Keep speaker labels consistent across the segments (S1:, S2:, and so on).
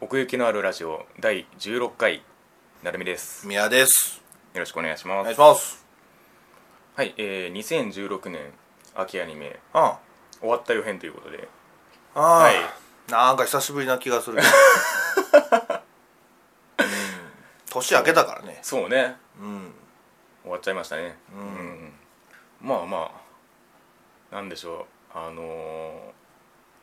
S1: 奥行きのあるラジオ第16回なるみですよ
S2: 宮です
S1: ろしくお願いし
S2: お
S1: ま
S2: 願
S1: す
S2: いします
S1: はい、えー、2016年秋アニメ
S2: うんあ
S1: 終わった予編ということで
S2: あ、
S1: はい
S2: なんか久しぶりな気がする けどうん年明けたからね
S1: そうね
S2: うん
S1: 終わっちゃいましたね
S2: うん
S1: うんまあまあなんでしょうあの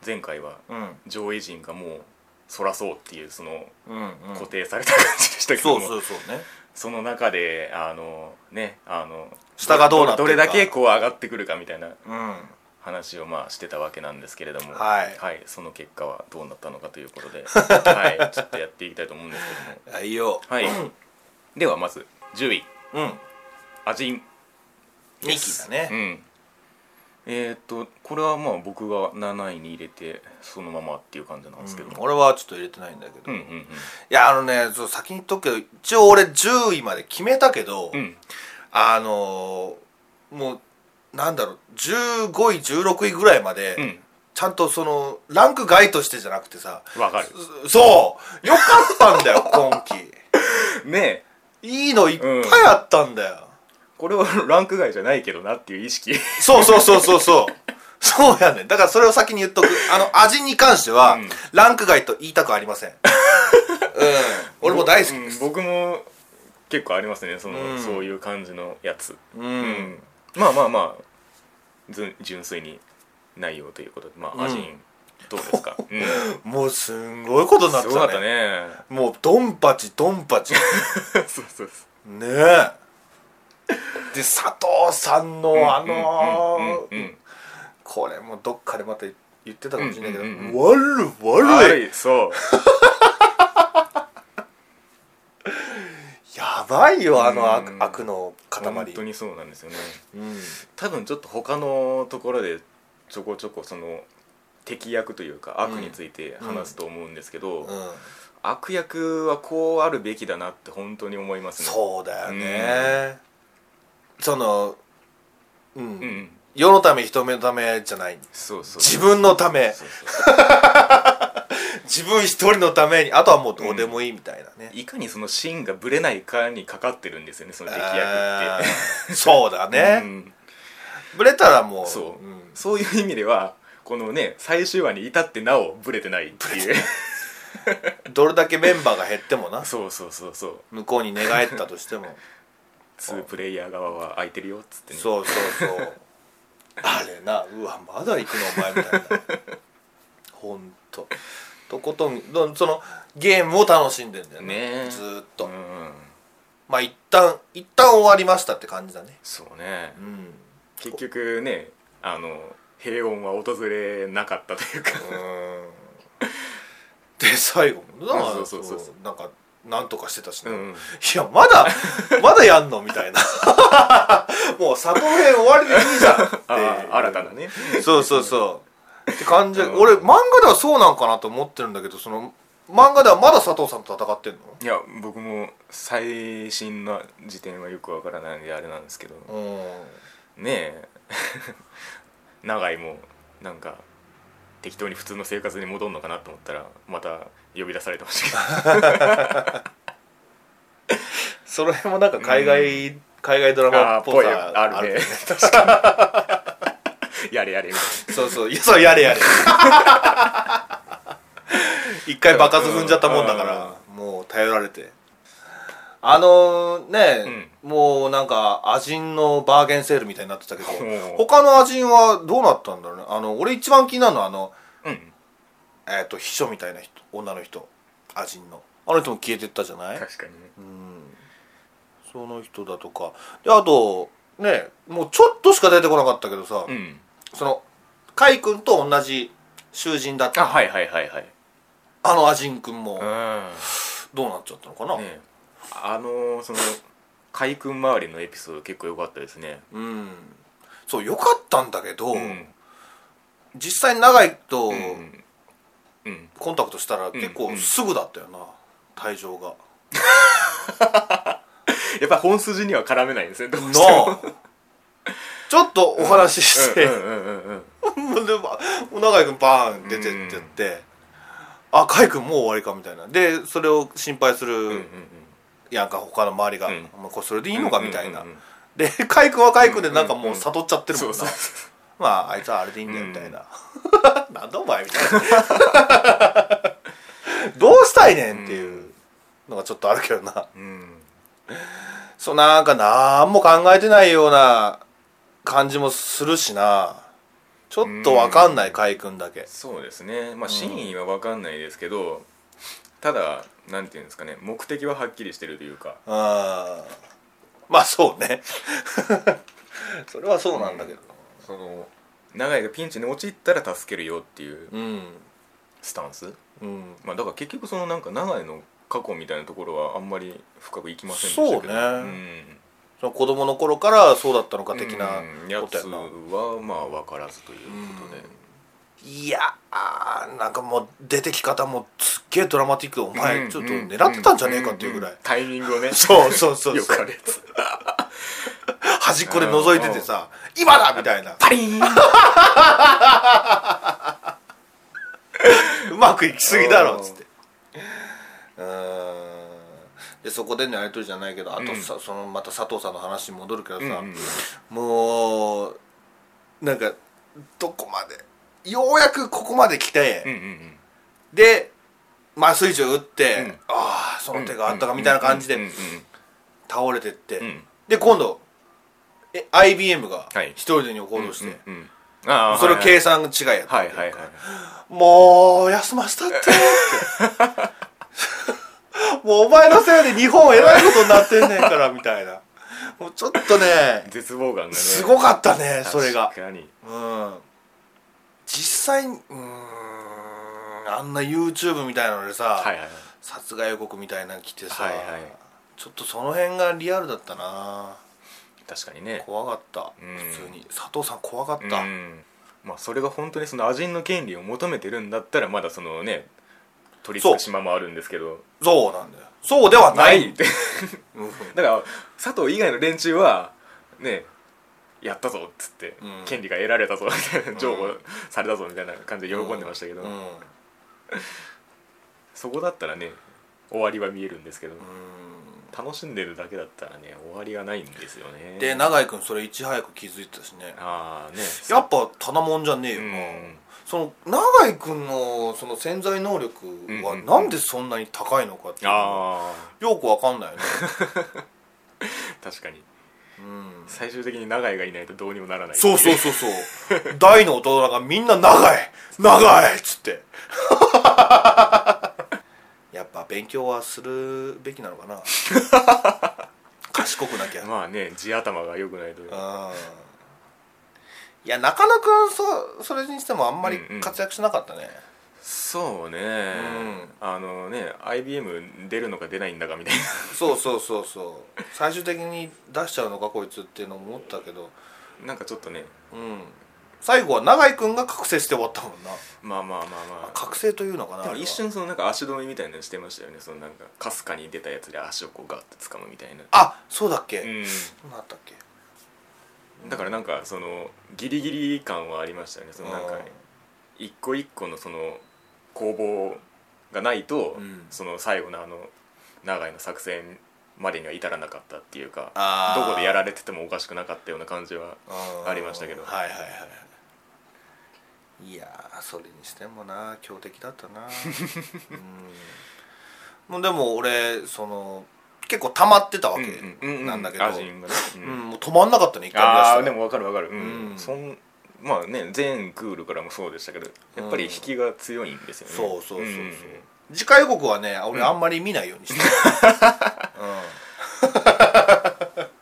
S1: ー前回は
S2: うん
S1: 上位陣がもうそらそうっていうその
S2: うんうん
S1: 固定された感じでしたけど
S2: そ
S1: も、
S2: うそうそうね
S1: その中であのねあの
S2: 下がどうなって
S1: ど
S2: るか
S1: れだけこう上がってくるかみたいな
S2: う
S1: 話をまあしてたわけなんですけれども、
S2: はい
S1: その結果はどうなったのかということで、 はい、ちょっとやっていきたいと思うんですけども、
S2: んはいよ
S1: はい、 ではまず10位
S2: うん
S1: アジン
S2: 2期だね
S1: うんえーっとこれはまあ僕が7位に入れてそのままっていう感じなんですけど
S2: うん
S1: も、
S2: 俺はちょっと入れてないんだけ
S1: う
S2: ど
S1: ん、
S2: い
S1: うん
S2: やあのねそう先に言っとくけど一応俺10位まで決めたけど
S1: うんうん
S2: あのーもうなんだろう15位16位ぐらいまで、
S1: うん
S2: ちゃんとそのランク外としてじゃなくてさ
S1: わかる
S2: そそうよかった んだよ今期
S1: ねえ
S2: いいのいっぱいあったんだよ、
S1: これはランク外じゃないけどなっていう意識
S2: そうそうそうそうそうそうやねんだからそれを先に言っとくあの味に関しては、
S1: うん
S2: ランク外と言いたくありませんうん俺も大好きで す
S1: うん僕も結構ありますねその、
S2: うん
S1: そういう感じのやつ
S2: うん、
S1: うんまあまあまあず純粋に内容ということでまあ
S2: うん
S1: アジン、どうです か、うん、
S2: もうすんごいことになっ
S1: す
S2: て
S1: ごか
S2: た
S1: ったね
S2: ね もうドンパチドン パチ
S1: そうそうそう
S2: ねえで佐藤さんのあの
S1: うんうんうんうん
S2: これもどっかでまた言ってたかもしれないけど
S1: うんうんうん
S2: 「悪い悪い
S1: 悪いそう
S2: やばいよあの悪
S1: うん
S2: 悪の塊」
S1: 本当にそうなんですよね
S2: うん
S1: 多分ちょっと他のところでちょこちょこその敵役というか悪について話すと思うんですけど、
S2: うん
S1: 悪役はこうあるべきだなって本当に思いますね
S2: そうだよねそのう
S1: う、うんん、
S2: 世のため人目のためじゃない
S1: そうそう
S2: 自分のため
S1: そうそう
S2: 自分一人のためにあとはもうどうでもいいみたいなね
S1: いかにその芯がぶれないかにかかってるんですよねその敵役
S2: あ
S1: っ
S2: ーそうだ
S1: てう
S2: ね
S1: ん
S2: ブレたらもう
S1: そうんそういう意味ではこのね最終話に至ってなおぶれてないっていう
S2: どれだけメンバーが減ってもな
S1: そうそうそうそう
S2: 向こうに寝返ったとしても
S1: 2プレイヤー側は空いてるよっつってね
S2: そうそうそう あれなうわまだ行くのお前みたいな ほんととことんどんそのゲームを楽しんでんだよね
S1: ねえ
S2: ずーっと、
S1: うん
S2: まあ一旦一旦終わりましたって感じだね
S1: そうね
S2: うん、うん、
S1: 結局ねあの平穏は訪れなかったというか
S2: で最後もなんか
S1: そうそうそうそう
S2: なんかなんとかしてたし
S1: う
S2: ね、
S1: ん
S2: いやまだまだやんのみたいな もう里編終わりでいいじゃんって
S1: あー新たなね
S2: そうそうそうって感じ、
S1: うん
S2: 俺漫画ではそうなんかなと思ってるんだけどその漫画ではまだ佐藤さんと戦ってんの
S1: いや僕も最新の時点はよくわからないんであれなんですけど
S2: う
S1: ねえ永井もなんか適当に普通の生活に戻るのかなと思ったらまた呼び出されてましたけ
S2: んそれもなんか海外、海外ドラ
S1: ど
S2: マ
S1: あー
S2: っ
S1: ぽ
S2: ぽ
S1: い
S2: さ
S1: あるね確かにやれやれみたい
S2: そうそういやそうやれや れ一回爆発踏んじゃったもんだから、もう頼られてあのーね、もうなんかアジンのバーゲンセールみたいになってたけど
S1: ほう
S2: 他のアジンはどうなったんだろうねあの俺一番気になるのはあの
S1: なうん
S2: えー、と秘書みたいな人女の人アジンのあの人も消えてったじゃない
S1: 確かにね
S2: その人だとかであとねもうちょっとしか出てこなかったけどさ、
S1: うん
S2: そのカイ君と同じ囚人だっ
S1: あ
S2: た
S1: はいはいはいはい
S2: あのアジン君も
S1: う
S2: どうなっちゃったのかな、
S1: んねえあのーその海君周りのエピソード結構良かったですね
S2: うんそうよかったんだけど、
S1: うん
S2: 実際に長井と
S1: うんうん
S2: コンタクトしたら結
S1: う
S2: 構
S1: ん
S2: すぐだったよな、退 場が
S1: やっぱ本筋には絡めないんですねどうしても
S2: なあ ちょっとお話しして、
S1: うんうんうんうん
S2: もうでももう永井君バーン出てってって、あかい君もう終わりかみたいなでそれを心配す
S1: うんうん
S2: るやんか他の周りが、
S1: うん
S2: まあ、これそれでいいのかみたいな、
S1: うんうんうん
S2: でかい君はかい君でなんかもう悟っちゃってるもん
S1: そ
S2: な、
S1: うそう
S2: まああいつはあれでいいんだよみたいな、 なんだお前みたいな どうしたいねんっていうのがちょっとあるけどな
S1: うん
S2: そうなんか何も考えてないような感じもするしなちょっとわかんない海君だけ
S1: そうですねまあ真意は分かんないですけど、ただなんていうんですかね目的ははっきりしてるというか
S2: うんまあそうね それはそうなんだけど
S1: その長井がピンチに陥ったら助けるよっていう
S2: うん
S1: スタンス、
S2: うん
S1: まあ、だから結局そのなんか長井の過去みたいなところはあんまり深くいきませんでしたけど
S2: そうねその子供の頃からそうだったのか
S1: うん、
S2: 的な
S1: うんや
S2: こと
S1: つ
S2: やな
S1: はまあ分からずということで、
S2: いやあーなんかもう出てき方もすっげえドラマティックでお前ちょっと
S1: うん
S2: 狙ってたんじゃねえかっていうぐらい
S1: んんタイミングをね
S2: そうそうそうそう
S1: よかれつ
S2: 端っこで覗いててさ「今だ!」みたいな
S1: パリーン
S2: うまくいきすぎだろっつってうーんでそこでのやり取りじゃないけどあとさ、そのまた佐藤さんの話に戻るけどさ、
S1: うんうん
S2: もうなんかどこまでようやくここまで来て、
S1: うんうんうん
S2: で麻酔銃打って、
S1: うん
S2: ああその手があったかみたいな感じ
S1: うんうん
S2: で
S1: うん
S2: 倒れてって、
S1: うんうん
S2: で今度え IBM が
S1: はい
S2: 一人でに起ころうとして、
S1: うんうんああ
S2: それを
S1: はい
S2: 計算違いやったっていうか
S1: はいはいはい
S2: もう休ませたって もうお前のせいで日本えらいことになってんねんからみたいなもうちょっとね
S1: 絶望感がね
S2: すごかったねそれが
S1: 確かに
S2: うん実際にうーんあんな YouTube みたいなのでさ、
S1: はいはいはい
S2: 殺害予告みたいなの来てさ、
S1: はいはい
S2: ちょっとその辺がリアルだったな
S1: 確かにね
S2: 怖かった
S1: うん
S2: 普通に佐藤さん怖かっ
S1: う
S2: た、
S1: んまあそれが本当にそのアジンの権利を求めてるんだったらまだそのね取り付く島もあるんですけど
S2: そうなんだよそうではな い
S1: って
S2: うん
S1: だから佐藤以外の連中はねやったぞっつって、
S2: うん
S1: 権利が得られたぞみたいな譲
S2: う
S1: 歩
S2: ん
S1: されたぞみたいな感じで喜んでましたけど、
S2: うんうん
S1: そこだったらね終わりは見えるんですけど、楽しんでるだけだったらね終わりがないんですよね
S2: で永井君それいち早く気づいてたしね
S1: ああね
S2: やっぱただもんじゃねえよ
S1: う
S2: な、
S1: ん
S2: その永井君のその潜在能力はなんでそんなに高いのかっていうのは
S1: あ
S2: よくわかんないよね、
S1: あ確かに
S2: うん、
S1: 最終的に永井がいないとどうにもならない
S2: そうそうそうそう大の大人がみんな長い長いっつってやっぱ勉強はするべきなの かな賢くなきゃ
S1: まあね地頭が良くないと
S2: うんいや中野君そそれにしてもあんまり活躍しなかったね、
S1: そうね、
S2: ん
S1: あのね IBM 出るのか出ないんだかみたいな
S2: そうそうそうそう最終的に出しちゃうのかこいつっていうのも思ったけど
S1: なんかちょっとね
S2: うん最後は永井君が覚醒して終わったもんな
S1: まあまあまあまあ
S2: 覚醒というのか
S1: で
S2: なあ
S1: も
S2: れは
S1: 一瞬そのなんか足止めみたいなのしてましたよねそのなんかかすかに出たやつで足をこうガッて掴むみたいな
S2: あそうだっけ、
S1: う
S2: そうだったっけ
S1: んだからなんかそのギリギリ感はありましたよねそのなん
S2: う
S1: か
S2: ん
S1: 一個一個のその攻防がないと、
S2: うん
S1: その最後のあの長井の作戦までには至らなかったっていうか
S2: あ
S1: ど
S2: ー
S1: こでやられててもおかしくなかったような感じは
S2: うん
S1: ありましたけど
S2: はいはいはいいやーそれにしてもな強敵 だったなうんもうでも俺その結構溜まってたわけなんだけど、
S1: アジンがね、うん
S2: うんもう止まんなかったね一回も出
S1: あ
S2: した
S1: ー
S2: ら
S1: でも分かる分かる、うん
S2: うん
S1: そんまあね全クールからもそうでしたけどやっぱり引きが強いんですよね、
S2: そうそうそうそう、
S1: ん
S2: 次回予告はね俺あんまり見ないように してる、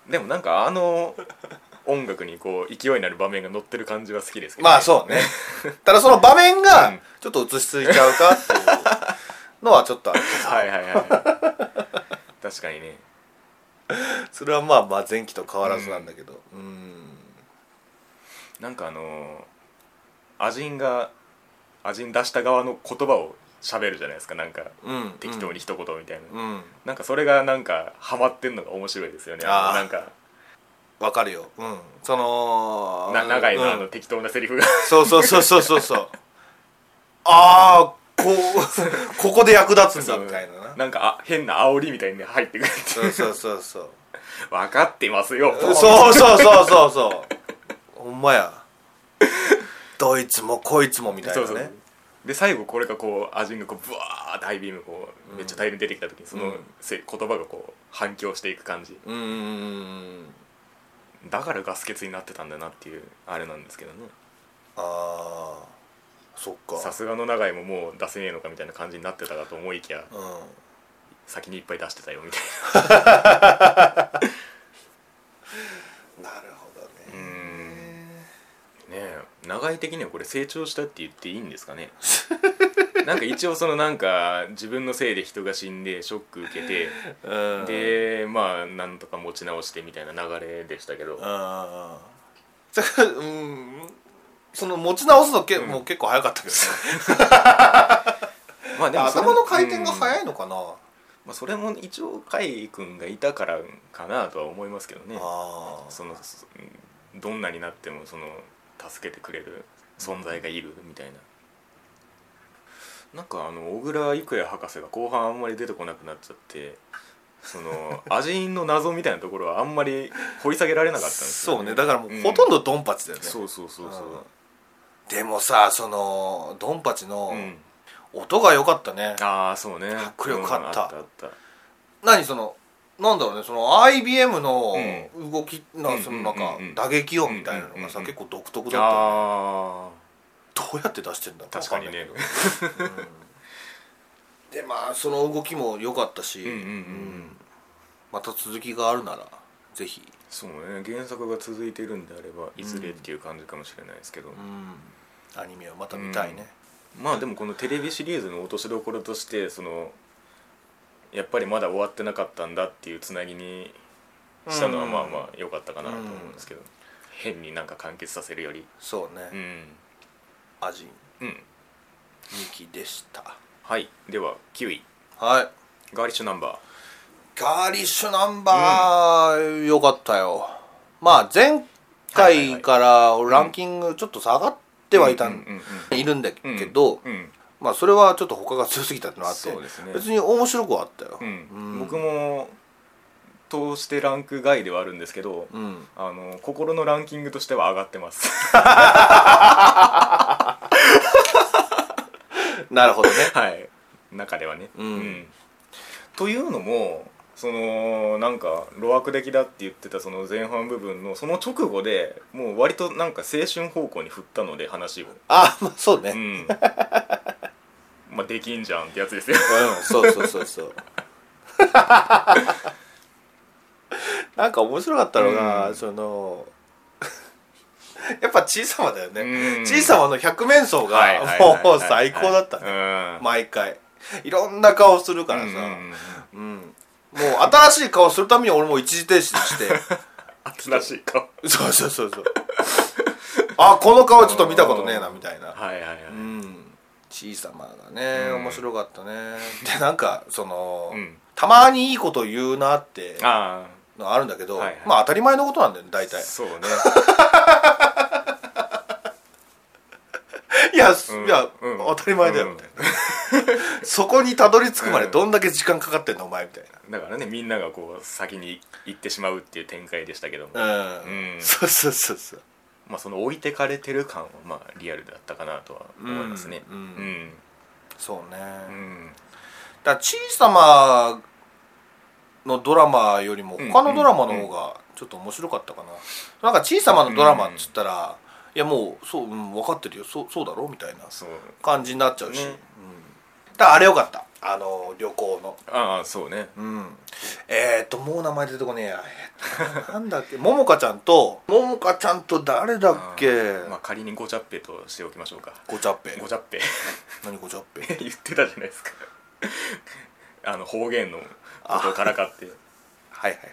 S1: でもなんかあの音楽にこう勢いのある場面が乗ってる感じは好きです
S2: う
S1: け
S2: ん
S1: ど、
S2: まあそうねただその場面
S1: う
S2: が
S1: ん
S2: ちょっと映しついちゃうかっていうのはちょっとある
S1: はいはいはい確かにね
S2: それはまあまあ前期と変わらずなんだけどうん、
S1: なんかあのー、アジンがアジン出した側の言葉を喋るじゃないですかなんか
S2: うん、
S1: 適当に一言みたいな、
S2: うん
S1: なんかそれがなんかハマってんのが面白いですよね
S2: あー
S1: あのなんか
S2: わかるようんその
S1: な長いのあ
S2: う
S1: の
S2: ん
S1: 適当なセリフが
S2: そうそうそうそうそうそうああ ここで役立つんだみたいなな
S1: なんかあ変な煽りみたいに入ってくるって
S2: そうそうそうそう
S1: 分かってますよ
S2: そうそうそうそうそうほんまやどいつもこいつもみたいな
S1: そ
S2: ね
S1: うそうで最後これがこうアジンがこうブワーってハイビームこうめっちゃ大量に出てきた時にそのせ言葉がこう反響していく感じ
S2: うーん
S1: だからガス欠になってたんだなっていうあれなんですけどね
S2: ああそっか
S1: さすがの永井ももう出せねえのかみたいな感じになってたかと思いきや
S2: うん
S1: 先にいっぱい出してたよみたい
S2: なるほど
S1: なう
S2: ね
S1: んねえ長井的にはこれ成長したって言っていいんです かねなんか一応そのなんか自分のせいで人が死んでショック受けて
S2: うん
S1: でまあなんとか持ち直してみたいな流れでしたけど
S2: うんそれからうんその持ち直すのけ、
S1: うん
S2: もう結構早かったけどね
S1: まあでもそれ
S2: 頭の回転が
S1: うん
S2: 早いのかな、あ
S1: まあ、それも一応甲斐君がいたからかなとは思いますけどね
S2: あ
S1: そのそどんなになってもその助けてくれる存在がいるみたいななんかあの小倉育也博士が後半あんまり出てこなくなっちゃってその アジンの謎みたいなところはあんまり掘り下げられなかったんですよ
S2: そうねだからもう
S1: うん
S2: ほとんどドンパチだよね、
S1: そうそうそうそう
S2: でもさそのドンパチの
S1: うん
S2: 音が良かったね、
S1: ああそうね
S2: 迫力あった
S1: うんあったあっ
S2: 何そのなんだろうねその IBM の
S1: う
S2: 動き、なそのなんか
S1: うんうんうんうん
S2: 打撃音みたいなのがさ、
S1: うんうんうんうん
S2: 結構独特
S1: た
S2: だったよね
S1: あ
S2: どうやって出してんだろう
S1: 確かにね
S2: わかんないけど うんでまあその動きも良かったし、
S1: ーうんうんうんう
S2: うん
S1: ん
S2: また続きがあるならぜひ、
S1: そうね原作が続いてるんであればいずれっていう感じかもしれないですけど、
S2: うん、アニメをまた見たいね、
S1: まあでもこのテレビシリーズの落としどころとしてそのやっぱりまだ終わってなかったんだっていうつなぎにしたのは
S2: うん
S1: まあまあ良かったかなと思うんですけど、変になんか完結させるより
S2: そうね、
S1: うん
S2: アジン
S1: うん
S2: ミキでした
S1: はいでは9位
S2: はい
S1: ガーリッシュナンバ
S2: ガーリッシュナンバー、よかったよまあ前回からランキングちょっと下がって
S1: ー
S2: はいたん、
S1: うんうん
S2: いるんだ
S1: うん
S2: けど、
S1: うんうん
S2: まあそれはちょっと他が強すぎたってのはあって
S1: そうですね
S2: 別に面白くはあったよ
S1: うん
S2: うん
S1: 僕も通してランク外ではあるんですけど、
S2: うん
S1: あの心のランキングとしては上がってます
S2: なるほどね
S1: はい中ではね、
S2: うん
S1: というのもそのなんか路悪的だって言ってたその前半部分のその直後でもう割となんか青春方向に振ったので話を
S2: あまあそうね
S1: う
S2: うん、
S1: ん まあできんじゃんってやつです よ
S2: そうそうそうそう なんか面白かったのが、
S1: うん
S2: その やっぱ小さまだよね、
S1: うん
S2: 小さまの百面相が
S1: はいはいはいはい
S2: もう最高だったね
S1: うん
S2: 毎回いろんな顔するからさ、
S1: うんうんうん
S2: うんもう新しい顔するために俺も一時停止して
S1: 新しい顔
S2: そうそうそうそうあこの顔ちょっと見たことねえなみたいな
S1: はいはいはい、
S2: うん小さまが
S1: う
S2: ね、
S1: ん
S2: 面白かったねでなんかその、
S1: うん
S2: たまにいいこと言うなって
S1: あ
S2: のあるんだけど、
S1: はいはい
S2: まあ当たり前のことなんだよね大
S1: あ
S2: 体
S1: そうね
S2: いや、
S1: うん
S2: いや、
S1: うん
S2: 当たり前だよみたいな、そこにたどり着くまでどんだけ時間かかってんのお前みたいな
S1: だからねみんながこう先に行ってしまうっていう展開でしたけども、
S2: うん
S1: うん
S2: そうそうそうそう
S1: まあ、その置いてかれてる感はまあリアルだったかなとは思いますね
S2: う
S1: うんん
S2: そうね、
S1: うん、
S2: だから小さまのドラマよりも他のドラマの方がちょっと面白かったかな、なんか小さまのドラマっつったら、いやもうそう、うん、分かってるよそうそうだろみたいな
S1: そう
S2: 感じになっちゃうし、
S1: ね
S2: うん、だからあれよかったあの旅行の
S1: ああそうね
S2: うんえー、っともう名前出てこねえや、えーっとなんだ っけももかちゃんとももかちゃんと誰だっけ
S1: ああまあ、仮にごちゃっぺとしておきましょうか
S2: ごちゃっぺ
S1: ごちゃっぺ
S2: 何ごちゃっぺ
S1: 言ってたじゃないですか あの方言のことをからかって
S2: はいはいはい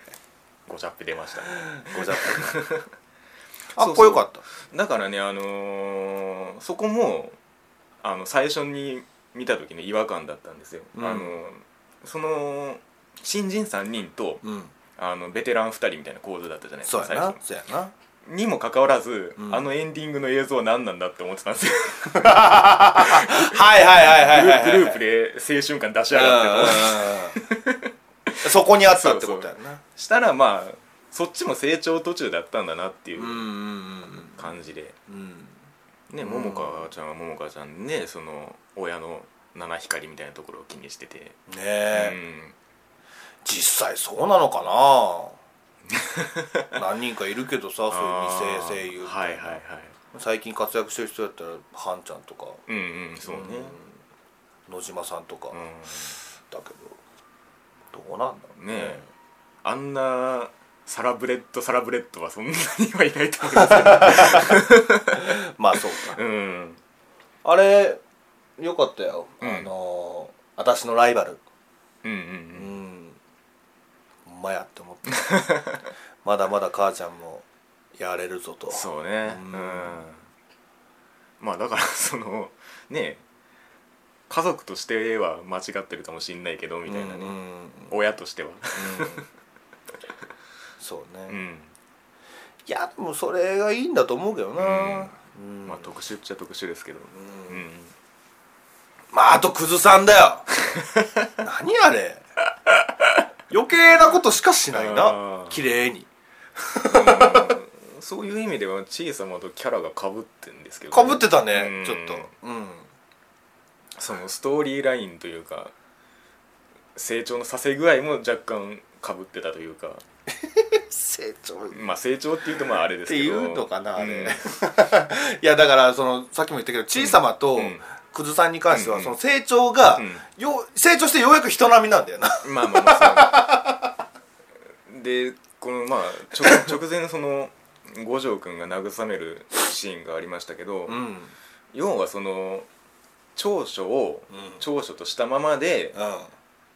S1: ごちゃっぺ出ましたね
S2: ごちゃっぺ
S1: そう
S2: あ
S1: そう
S2: これよかった
S1: だからねあのーそこもあの最初に見た時の違和感だったんですよ、
S2: うん
S1: あのーその新人3人と
S2: うん
S1: あのベテラン2人みたいな構図だったじゃないです
S2: そう
S1: か
S2: やなそうやな
S1: 最初にもかかわらず、
S2: ん
S1: あのエンディングの映像は何なんだって思ってたんですよ
S2: はいはいはいはいはいはい
S1: グループで青春感出しやがってと
S2: うんうんうんそこにあったってことやな
S1: したらまあそっちも成長途中だったんだなっていう
S2: うん
S1: う
S2: うん
S1: 感じで、
S2: うんうん
S1: ねももかちゃんはももかちゃんねその親の七光りみたいなところを気にしてて、
S2: ね
S1: う
S2: え
S1: ん
S2: 実際そうなの かな何人かいるけどさそういう
S1: あー
S2: 未成声優みた
S1: はい
S2: い
S1: はい
S2: な
S1: はい
S2: 最近活躍してる人だったらハンちゃんとか
S1: うんうんそうね、
S2: うん野島さんとかだ
S1: う、
S2: けどどうなんだろうん
S1: ねえあんなサラブレッドサラブレッドはそんなにはいないと思います け
S2: まあそうか
S1: どうん
S2: あれよかったよ
S1: うん
S2: あのー私のライバル
S1: うんうん
S2: う
S1: うん
S2: んほんまやって思ったまだまだ母ちゃんもやれるぞと
S1: そうね
S2: う
S1: うんんまあだからその ねえ家族としては間違ってるかもしんないけどみたいなね、
S2: うんうんうん
S1: 親としては
S2: そうね、
S1: う
S2: い
S1: ん、
S2: やでもそれがいいんだと思うけどな、うん
S1: まあ特殊っちゃ特殊ですけどうん、
S2: まああとクズさんだよ何あれ余計なことしかしないな
S1: あー
S2: 綺麗に
S1: うんそういう意味では小さまとキャラがかぶってんですけど
S2: か
S1: ね、
S2: ぶってた
S1: う
S2: ね、
S1: ん
S2: ちょっとうん
S1: そのストーリーラインというか成長のさせ具合も若干かぶってたというか
S2: 成長い
S1: まあ成長っていうとまああれですけど
S2: っていうのかなあれ
S1: うん
S2: やだからそのさっきも言ったけど小さまと
S1: うん
S2: クズさんに関して
S1: うん
S2: は
S1: うん
S2: その成長が、
S1: う
S2: よ成長してようやく人並みなんだよな
S1: まあまあまあそう でこのまあちょ直前その五条くんが慰めるシーンがありましたけど、
S2: うんうん
S1: 要はその長所を
S2: うん
S1: 長所としたままで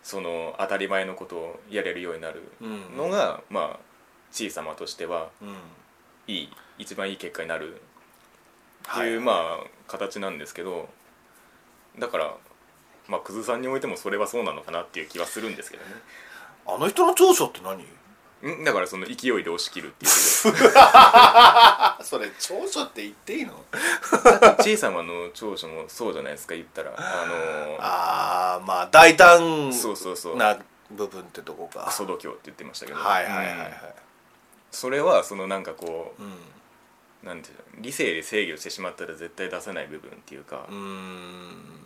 S1: その当たり前のことをやれるようになる
S2: うん
S1: のが、まあ小さまとしては
S2: うん
S1: いい一番いい結果になるって
S2: はい
S1: いう、まあ形なんですけどだからまあクズさんにおいてもそれはそうなのかなっていう気はするんですけどね
S2: あの人の長所って何
S1: んだからその勢いで押し切るっていう
S2: あそれ長所って言っていいの
S1: 小さまの長所もそうじゃないですか言ったらあ
S2: ああまあ大胆
S1: のそうそうそう
S2: な部分ってとこか
S1: クソ度胸って言ってましたけど
S2: はいはいはいは
S1: うん
S2: い
S1: それはそのなんかこ
S2: うん
S1: うなんていうの理性で制御してしまったら絶対出せない部分っていうか
S2: うーん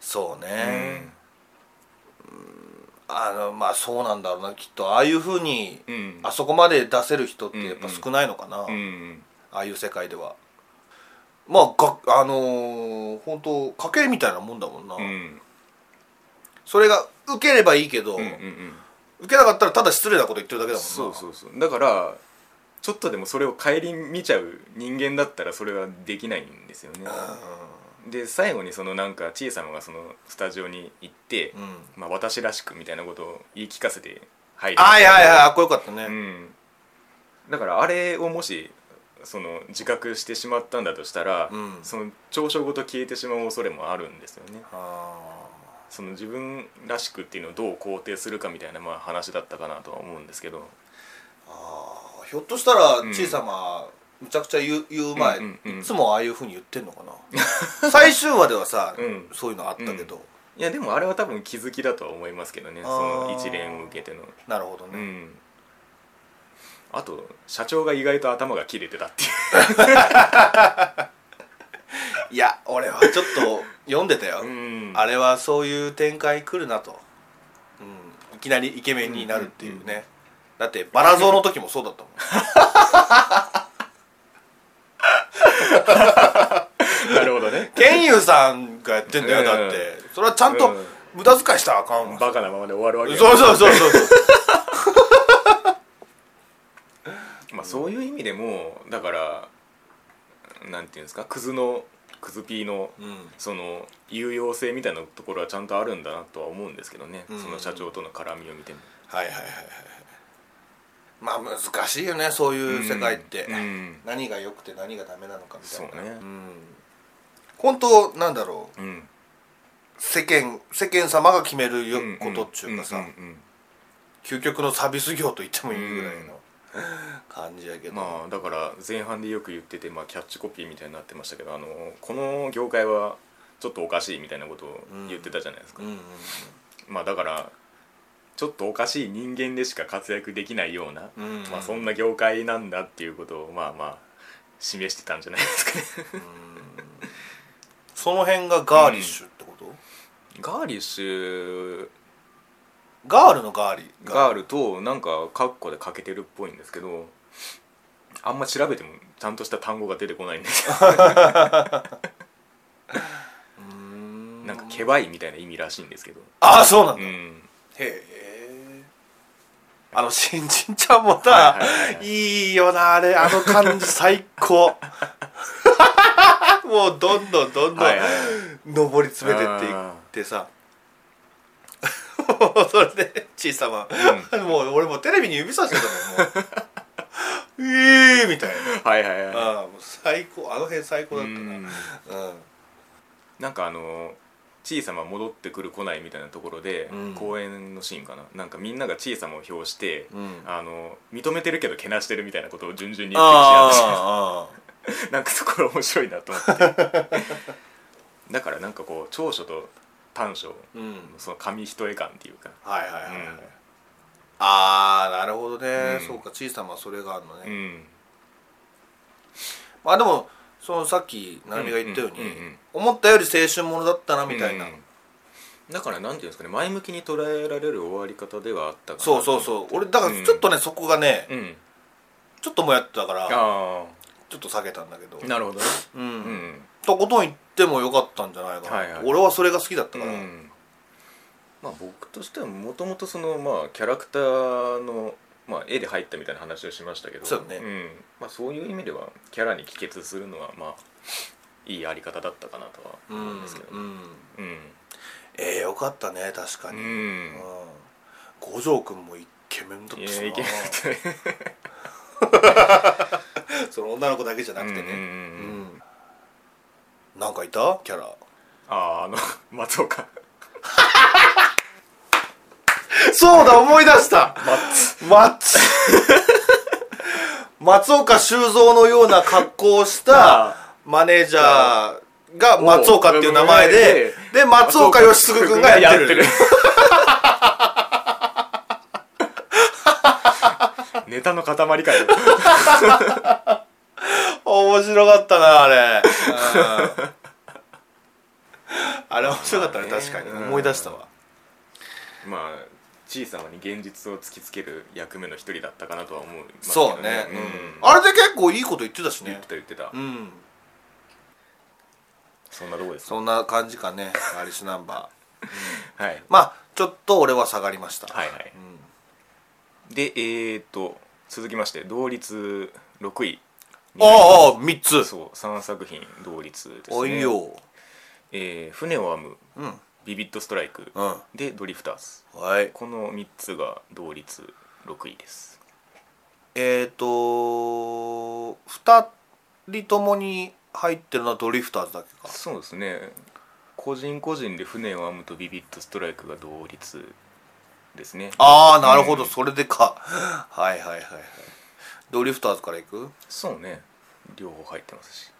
S2: そうね、あのまあそうなんだろうなきっとああいうふうに、
S1: うんうん
S2: あそこまで出せる人ってやっぱ少ないのかな、
S1: うんうん
S2: ああいう世界ではまあがあのー本当家計みたいなもんだもんな、
S1: うん
S2: それが受ければいいけど、
S1: うんうんうん
S2: 受けなかったらただ失礼なこと言ってるだけだもんな
S1: そうそうそうだからちょっとでもそれを顧みちゃう人間だったらそれはできないんですよねで最後にそのなんか小さまがそのスタジオに行って、
S2: うん、
S1: まあ、私らしくみたいなことを言い聞かせて入る
S2: はいはいはいあっこよかったね、
S1: うん、だからあれをもしその自覚してしまったんだとしたら、
S2: うん
S1: その長所ごと消えてしまう恐れもあるんですよね
S2: あ
S1: その自分らしくっていうのをどう肯定するかみたいな、まあ、話だったかなとは思うんですけど
S2: ーひょっとしたら
S1: ん
S2: 小さま、むちゃくちゃ言う言う前、
S1: うんうんうん
S2: いつもああいうふうに言ってんのかな 最終話ではさ、
S1: うん
S2: そういうのあったけど、
S1: いやでもあれは多分気づきだとは思いますけどね
S2: あ
S1: そ
S2: ー
S1: の一連を受けての
S2: なるほど
S1: う
S2: ね、
S1: んあと社長が意外と頭が切れてたっていう
S2: いや俺はちょっと読んでたよ、
S1: うん
S2: あれはそういう展開来るなと、うん、いきなりイケメンになるっていうね、
S1: うんうん
S2: だってバラ像の時もそうだったも ん
S1: なるほどね
S2: ケンユさんがやってんだよだって、それはちゃん
S1: う
S2: と
S1: ん
S2: 無駄遣いしたらあかんわ、
S1: バカなままで終わるわけ
S2: そうそうそうそうそう
S1: まあ、そういう意味でもだからなんていうんですかクズのクズピーの
S2: うん
S1: その有用性みたいなところはちゃんとあるんだなとは思うんですけどね、
S2: うん
S1: その社長との絡みを見ても
S2: はいはいはいはいまあ難しいよねそういう世界って、
S1: うんうん
S2: 何が良くて何がダメなのかみたいな
S1: そうね
S2: ん、本当なんだろう
S1: うん
S2: 世間世間様が決めるよ
S1: うん
S2: ことっちゅうかさ、
S1: んんん
S2: 究極のサービス業と言ってもいいぐらいの、感じやけど、
S1: まあだから前半でよく言ってて、まあ、キャッチコピーみたいになってましたけどあのこの業界はちょっとおかしいみたいなことを言ってたじゃないですか、
S2: うんうんうん、
S1: まあだからちょっとおかしい人間でしか活躍できないような、
S2: うん
S1: まあ、そんな業界なんだっていうことをまあまあ示してたんじゃないですかね
S2: その辺がガーリッシュってこと、
S1: ガーリッシュ
S2: ガールのガーリ
S1: ガールとなんかカッコで欠けてるっぽいんですけどあんま調べてもちゃんとした単語が出てこないんです よ
S2: うーん
S1: なんかケバいみたいな意味らしいんですけど
S2: ああそうなん
S1: う
S2: だ、へ
S1: ん
S2: えあの新人ちゃんもさ、
S1: はいはい
S2: い
S1: はい
S2: よなあれあの感じ最 高もうどんどんどんどん
S1: はいはい
S2: 上り詰めてっていってさもうそれで小さま、もう俺もうテレビに指さしてたもんもうええみたいな
S1: はいはいはい
S2: ああもう最高あの辺最高だったな
S1: うん
S2: うん
S1: なんかあの小さま戻ってくる来ないみたいなところで、
S2: うん
S1: 公演のシーンかななんかみんなが小さまを表して、
S2: うん
S1: あの認めてるけどけなしてるみたいなことを順々に言ってきて
S2: あ あ
S1: なんかそこが面白いなと思って だからなんかこう長所と短所
S2: うん
S1: その紙一重感っていうか
S2: はいはいはいはい、
S1: うん
S2: ああなるほどね、
S1: うん
S2: そうか小さまはそれがあるのね、
S1: うん
S2: まあでもそのさっき成美が言ったように、
S1: うんうんうんうん
S2: 思ったより青春ものだったなみたいな、
S1: うんだからなんていうんですかね前向きに捉えられる終わり方ではあったかな
S2: そうそうそう俺だから
S1: うん
S2: ちょっとね、そこがね
S1: う、ん
S2: ちょっともやってたから
S1: あ
S2: ちょっと下げたんだけど
S1: あなるほどね
S2: うん、
S1: うん
S2: とことん言ってもよかったんじゃないかな、
S1: はいはい
S2: 俺はそれが好きだった
S1: う
S2: から、
S1: んまあ僕としてはもともとそのまあキャラクターのまあ絵で入ったみたいな話をしましたけど
S2: そうね
S1: んまあ、そういう意味ではキャラに帰結するのはまあいいあり方だったかなとは
S2: うん
S1: 思うんですけど
S2: うん
S1: うん
S2: ええよかったね確か
S1: う
S2: に、
S1: ん
S2: うん五条くんもイケメンだっ
S1: い
S2: たし
S1: や
S2: ない
S1: けないとね
S2: その女の子だけじゃなくて
S1: うんう
S2: ねうん
S1: うん
S2: んなんかいたキャラ
S1: あああの 松岡
S2: そうだ思い出した 松松岡修造のような格好をしたマネージャーが松岡っていう名前でで松岡義嗣君がやってる
S1: ネタの塊かよ
S2: 面白かったなあれうん あれ面白かったね確かに
S1: うん
S2: 思い出したわ
S1: まあ小さなに現実を突きつける役目の一人だったかなとは思いますけど
S2: そうね、
S1: うん、
S2: あれで結構いいこと言ってたし
S1: 言っ
S2: ね
S1: てた言ってた、
S2: うん
S1: そんなとこですか
S2: そんな感じか ねアリスナンバー
S1: はい
S2: まあちょっと俺は下がりました
S1: はいはいでえー、っと続きまして同率6位
S2: うん、ああ3つ
S1: そう3作品同率ですね
S2: おいよ
S1: えー船を編む
S2: うんうん
S1: ビビットストライク
S2: は
S1: でドリフターズ
S2: い
S1: この3つが同率6位です
S2: えっ、ー、と2人ともに入ってるのはドリフターズだけか
S1: そうですね個人個人で船を編むとビビットストライクが同率ですね
S2: ああなるほど、
S1: うん
S2: それでかはいはいはいはいドリフターズからいく
S1: そうね両方入ってますし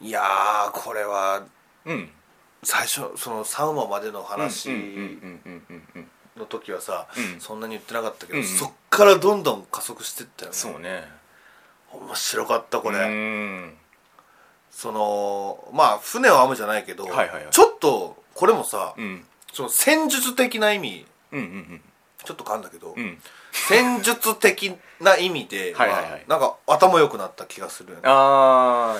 S2: いやーこれは
S1: うん
S2: 最初その3話までの話
S1: うんうんうんうんうん
S2: の時はさ、
S1: うん
S2: そんなに言ってなかったけど、
S1: うんうん
S2: そっからどんどん加速してったよね
S1: そうね
S2: 面白かったこれ、
S1: うん
S2: そのまあ船を編むじゃないけど、
S1: はいはいはい
S2: ちょっとこれもさ、
S1: うん
S2: その戦術的な意味
S1: うんうん
S2: ちょっと噛んだけど、
S1: うんうん
S2: 戦術的な意味で
S1: はいはいはい
S2: まあなんか頭良くなった気がするよね
S1: あ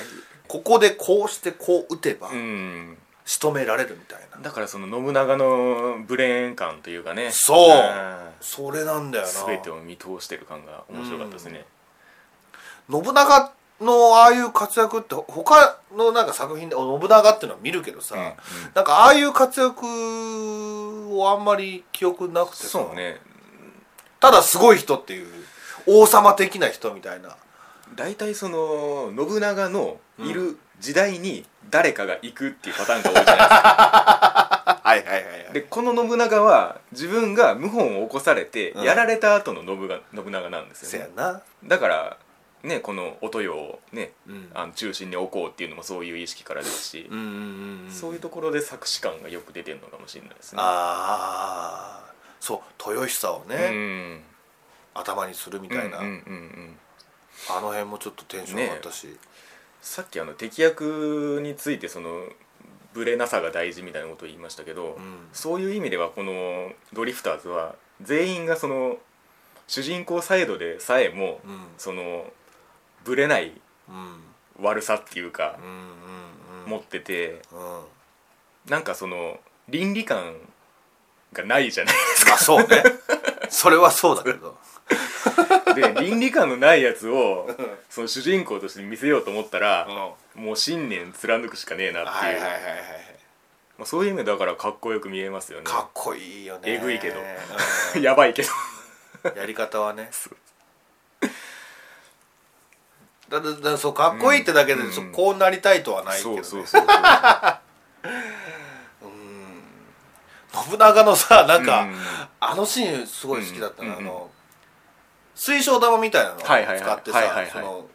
S2: ここでこうしてこう打てば
S1: あうん
S2: 仕留められるみたいな、
S1: だからその信長のブレーン感というかね
S2: そうんそれなんだよな
S1: 全てを見通してる感が面白かったですね
S2: 信長のああいう活躍って他のなんか作品でお信長っていうのは見るけどさ、
S1: うんうん
S2: なんかああいう活躍をあんまり記憶なくてさ
S1: そうね
S2: ただすごい人っていう王様的な人みたいな
S1: 大体その信長のいる時代に誰かが行くっていうパターンが多いじゃないですか、
S2: はいはいはいはい
S1: でこの信長は自分が謀反を起こされて
S2: うん
S1: やられた後の信長信長なんです
S2: せ
S1: よ
S2: や
S1: ね
S2: な
S1: だからねこのお豊をね
S2: うん
S1: あの中心に置こうっていうのもそういう意識からですし
S2: うんうんうん
S1: そういうところで作詞感がよく出てるのかもしれないですね
S2: ああそう豊久を
S1: う
S2: ね、
S1: ん
S2: 頭にするみたいな、
S1: うんうんうんうん
S2: あの辺もちょっとテンション上がったし、
S1: さっきあの敵役についてそのブレなさが大事みたいなことを言いましたけど、
S2: うん
S1: そういう意味ではこのドリフターズは全員がその主人公サイドでさえも、
S2: うん
S1: そのブレない
S2: うん
S1: 悪さっていうか
S2: う、んうんうん
S1: 持ってて
S2: うんま
S1: なんかその倫理観がないじゃないです
S2: あそ うねそれはそうだけど
S1: かで 倫理観のないやつをその主人公として見せようと思ったら、
S2: は
S1: もう信念貫くしかねえなっ
S2: い
S1: ていう、
S2: はいはいはい
S1: まあ、そういう意味だからかっこよく見えますよね
S2: かっこいいよね
S1: えぐいけど
S2: う
S1: やばいけど
S2: んやり方 はねだだだそうかっこいいってだけで、
S1: うん
S2: そうこうなりたいとはないけど、ね、
S1: そうそうそうそう
S2: 信長のさなんか、
S1: うん
S2: あのシーンすごい好きだった
S1: う
S2: な、
S1: んうん
S2: あの水晶玉みたいなのを使
S1: はいはいはい
S2: って
S1: はいはいは
S2: さ
S1: い
S2: その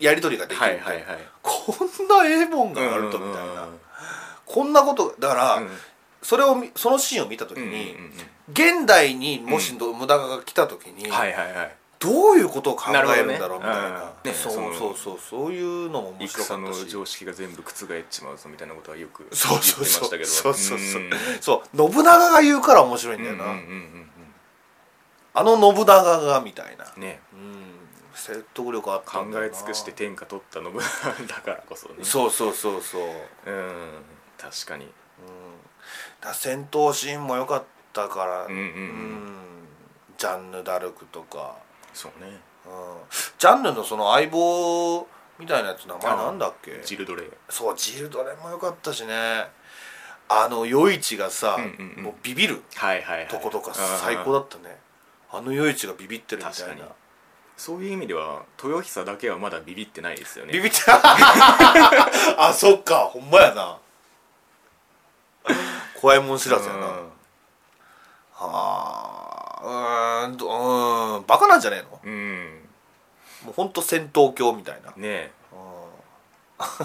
S2: やり取りができる
S1: は
S2: みた
S1: い
S2: いな、
S1: はいはい
S2: こんなええもんがあるとみたいな、こんなことだから、
S1: うん
S2: それをみそのシーンを見た時
S1: うんうんうん
S2: に、
S1: うん
S2: 現代にもし信長が来た時に、
S1: うんはいはいはい
S2: どういうことを考
S1: なるほ
S2: え
S1: ど
S2: る
S1: ね
S2: んだろうみたいな
S1: うんね
S2: そう
S1: その
S2: そうそうそういうのも面白
S1: 戦
S2: かった
S1: の
S2: し
S1: 常識が全部覆っちまうぞみたいなことはよく言って
S2: そう
S1: ま
S2: そう
S1: し
S2: そ
S1: たけ
S2: う
S1: ど
S2: そうそうそうんそう信長が言うから面白いんだよな、
S1: うんうんうん
S2: あの信長がみたいな
S1: うんね
S2: うん説得力あっ
S1: 考
S2: たんだよな
S1: え尽くして天下取った信長だからこそね
S2: そうそうそうそう、うん、
S1: うん確かに
S2: だ戦闘シーンも良かったから
S1: うんうんうん
S2: ジャンヌ・ダルクとか、
S1: そうね
S2: うん、ジャンヌのその相棒みたいなやつ名前なんだっけ
S1: ジルドレイ
S2: そうジルドレも良かったしねあの夜市がさ、
S1: うんうんうん
S2: もうビビる
S1: はいはいはい
S2: とことか
S1: うんうん
S2: 最高だったねあの夜市がビビってるみたい
S1: 確かに
S2: な
S1: そういう意味では豊久だけはまだビビってないですよね
S2: ビビって あそっかほんまやな怖いもん知らずやな、
S1: うん
S2: はあうーんどうーんバカなんじゃねえのも
S1: うん
S2: うほんと戦闘狂みたいな、
S1: ねえ
S2: うん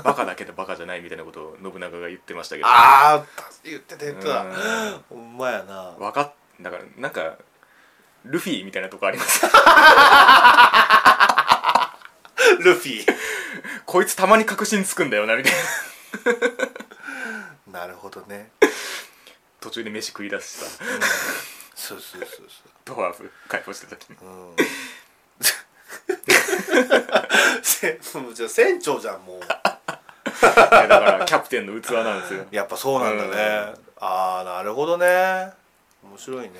S1: バカだけどバカじゃないみたいなことを信長が言ってましたけど
S2: ああ言ってた言ってた
S1: う
S2: ほんまやな
S1: わかっだからなんかルフィみたいなとこあります
S2: ルフィ
S1: こいつたまに確信つくんだよなみたいな
S2: なるほどね
S1: 途中で飯食い出しさ
S2: そうそうそうそう
S1: ドワーフ解放してた時に
S2: せもうじゃあ船長じゃんもう
S1: いやだからキャプテンの器なんですよ
S2: やっぱそうなんだね、ああなるほどね面白いね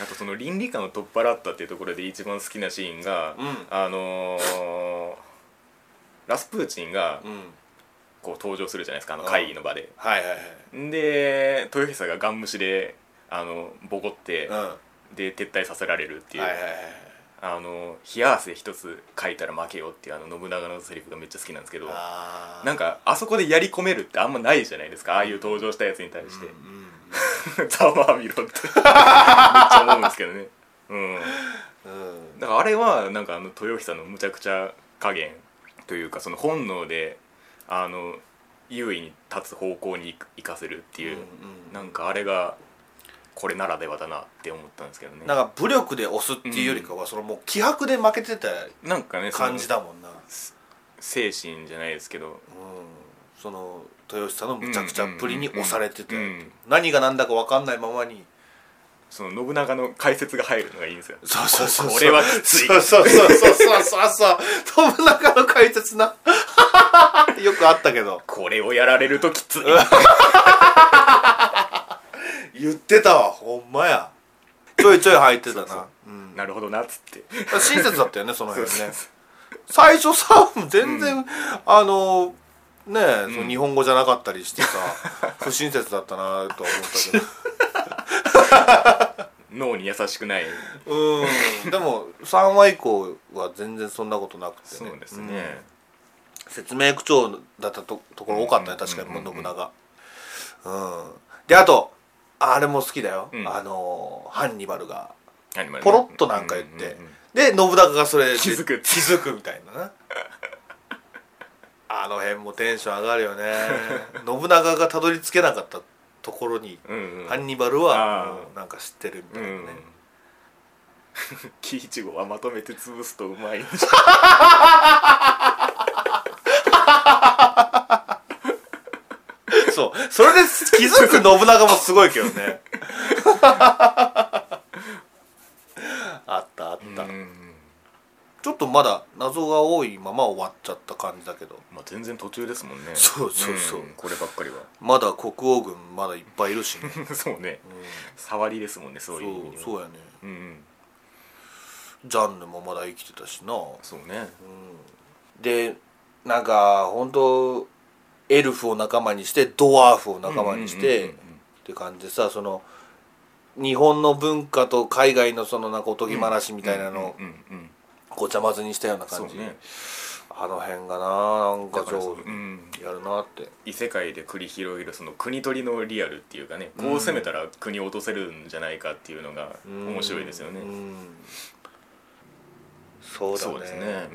S1: あとその倫理観を取っ払ったっていうところで一番好きなシーンが、
S2: うん
S1: あのーラスプーチンが
S2: うん
S1: こう登場するじゃないですかあの会議の場で、
S2: はいはい
S1: で豊久がガン無視であのボコって、
S2: はい
S1: で撤退させられるって
S2: う
S1: い
S2: ん
S1: う、
S2: はいはいはい
S1: あの「冷や汗一つ書いたら負けよ」っていうあの信長のセリフがめっちゃ好きなんですけど
S2: あー
S1: なんかあそこでやり込めるってあんまないじゃないですかああいう登場したやつに対して
S2: うんう
S1: 「
S2: ん
S1: ざまあみ ろ」ってめっちゃ思うんですけどねうん
S2: うん
S1: だからあれはなんかあの豊久のむちゃくちゃ加減というかその本能であの優位に立つ方向に行かせるっていう、
S2: うん
S1: なんかあれがこれならではだなって思ったんですけどね
S2: なんか武力で押すっていうよりかは、そのもう気迫で負けてた
S1: なんかねその
S2: 感じだもんな、うん、
S1: 精神じゃないですけど
S2: その豊久のむちゃくちゃっぷりに押されてて、
S1: うんうんうんうん
S2: 何が何だか分かんないままに
S1: その信長の解説が入るのがいいんですよ
S2: そうそうそうそう
S1: これはきつい
S2: そうそうそうそうそうそうそう信長の解説な よくあったけど
S1: これをやられるときつい
S2: 言ってたわほんまやちょいちょい入ってたな
S1: そう
S2: うん
S1: なるほどなっつって
S2: 親切だったよねその辺 ね
S1: そう
S2: 最初さ全然、あのねえ、その日本語じゃなかった りしてさ不親切だったなとは思ったけど
S1: 脳に優しくない
S2: うんでも3話以降は全然そんなことなくて、ね、
S1: そうです
S2: ん
S1: ね、
S2: 説明口調だったとところ多かったね
S1: うん
S2: 確か
S1: う
S2: に
S1: んうんうん
S2: 信長うんであとあれも好きだよ、
S1: うん
S2: あのハンニバルが
S1: アニマルね
S2: ポロッとなんか言って、
S1: うんうんうん
S2: で信長がそれで
S1: 気づく
S2: 気づくみたいな なあの辺もテンション上がるよね信長がたどり着けなかったところに、
S1: うんうん
S2: ハンニバル
S1: あ
S2: は
S1: ー
S2: うんなんか知ってるみたいなね、
S1: キイチゴはまとめて潰すとうまい
S2: そうそれで気づく信長もすごいけどね あったあっ
S1: うん
S2: た、
S1: うん
S2: ちょっとまだ謎が多いまま終わっちゃった感じだけど
S1: まあ全然途中ですもんね
S2: そうそうそうん
S1: こればっかりは
S2: まだ国王軍まだいっぱいいるしね、
S1: そうね触りですもんね そういう意味
S2: そう
S1: では
S2: そうやね
S1: うんうん
S2: ジャンヌもまだ生きてたしな
S1: そうね
S2: でなんか本当エルフを仲間にしてドワーフを仲間にして、
S1: うんうんうんうん
S2: って感じでさその日本の文化と海外のそのなんかおとぎ話みたいなのを
S1: うんうんうん
S2: ごちゃまぜにしたような
S1: そ
S2: 感
S1: う
S2: じ、
S1: ね
S2: あの辺がななんか
S1: だからそ
S2: 上
S1: ううん
S2: 手やるなって
S1: 異世界で繰り広げるその国取りのリアルっていうかねこう攻めたら国を落とせるんじゃないかっていうのが面白いですよね
S2: うんそうだね
S1: そうですね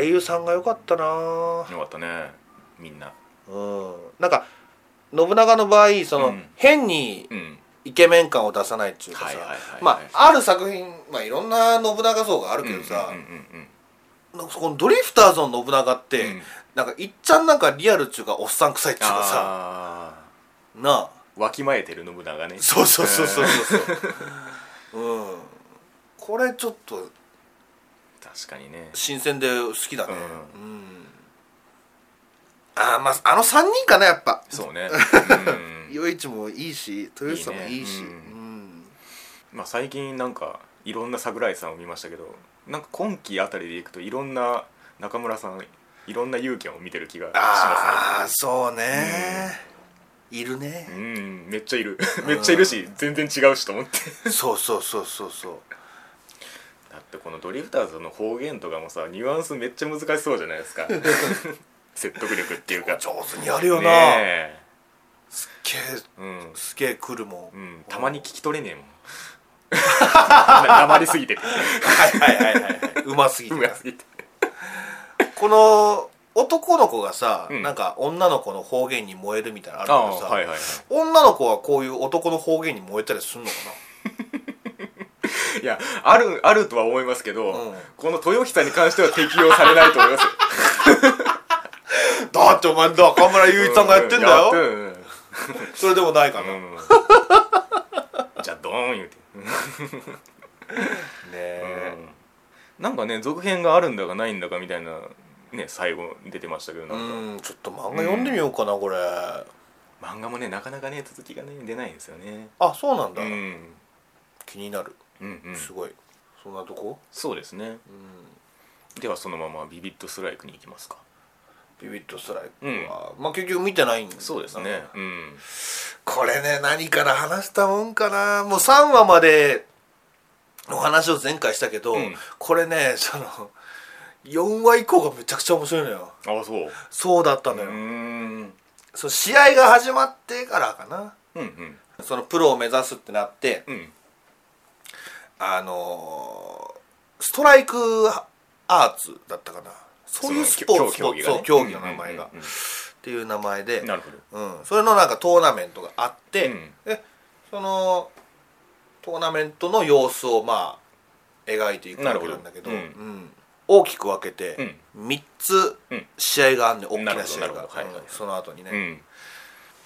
S2: 声優さんが良かったな
S1: うんよかったねみんな
S2: うんなんか信長の場合その、
S1: うん
S2: 変に
S1: うん
S2: イケメン感を出さないっていうか
S1: はい
S2: さ
S1: はいはいはい
S2: まあある作品まあいろんな信長像があるけどさ
S1: うんうんうんうん
S2: なんかそこのドリフターズの信長って、
S1: うん
S2: なんかいっちゃんなんかリアルっちゅうかおっさん臭いっちゅうかさ
S1: ああ
S2: なあ
S1: わきまえてる信長ね
S2: そうそうそうそうそうそううんこれちょっと
S1: 確かにね
S2: 新鮮で好きだねう、
S1: うん
S2: あーまああの3人かなやっぱ
S1: そうね、うん
S2: 余市もいいし豊内さんもいいし
S1: いいね
S2: うん
S1: まあ、最近なんかいろんな桜井さんを見ましたけどなんか今期あたりでいくといろんな中村さんいろんな勇気を見てる気がし
S2: ああ
S1: ま
S2: そうねいるね
S1: すねうんめっちゃいる めっちゃいるし全然違うしと思って
S2: そうそうそうそうそう
S1: だってこのドリフターズの方言とかもさニュアンスめっちゃ難しそうじゃないです か説得力っていうか
S2: 上手にやるよな、
S1: ね
S2: すっげえ
S1: えうん
S2: すげえ来るもん、
S1: うん、たまに聞き取れねえもん なまりす ぎてて
S2: はいはいはいはいはいうますぎて
S1: うますぎて
S2: この男の子がさ、
S1: うん
S2: なんか女の子の方言に燃えるみたいなの
S1: あ
S2: あ
S1: あ
S2: るけどさ、
S1: はいはいはい
S2: 女の子はこういう男の方言に燃えたりするのか
S1: いやあるあるとは思いますけど、
S2: うん
S1: この豊久に関しては適用されないと 思いますよ
S2: なだってお前中村雄一さんがやってんだよ、
S1: うやって
S2: それでもないかな、
S1: んうんじゃあドーン言うて、
S2: ねえ、
S1: なんかね続編があるんだかないんだかみたいなね最後出てましたけどなん
S2: う
S1: か、
S2: んちょっと漫画読んでみようかな、これあ
S1: 漫画もねなかなかね続きがね出ないんですよね
S2: そうなん
S1: う
S2: だ、
S1: ん
S2: 気になる
S1: うんうん
S2: すごい、そんなとこ、
S1: そうですね
S2: うん、
S1: ではそのままビビットストライクに行きますか
S2: ビビッとストライクは、まあ結局見てないんだ
S1: そうですねうん
S2: これね何から話したもんかなもう3話までの話を前回したけど、
S1: うん
S2: これねその4話以降がめちゃくちゃ面白いのよ
S1: ああそう
S2: そうだったの
S1: う
S2: よ、
S1: んうん
S2: そう試合が始まってからかな
S1: うん
S2: そのプロを目指すってなって
S1: うん
S2: あのーストライクアーツだったかなそういうスポーツ
S1: その競技がね
S2: そう競技の名前が、
S1: うんうんうん
S2: っていう名前で
S1: うんなるほど
S2: うん、それのなんかトーナメントがあって、
S1: うん
S2: でそのトーナメントの様子をまあ描いていく
S1: な
S2: わ
S1: る
S2: け
S1: ほど
S2: なんだけど
S1: うん
S2: うん大きく分けて3つ
S1: うん
S2: 試合があるね、
S1: ん
S2: 大きな試合
S1: な
S2: が、
S1: るほどなるほどはいはい
S2: うんその後に
S1: う
S2: ね、
S1: ん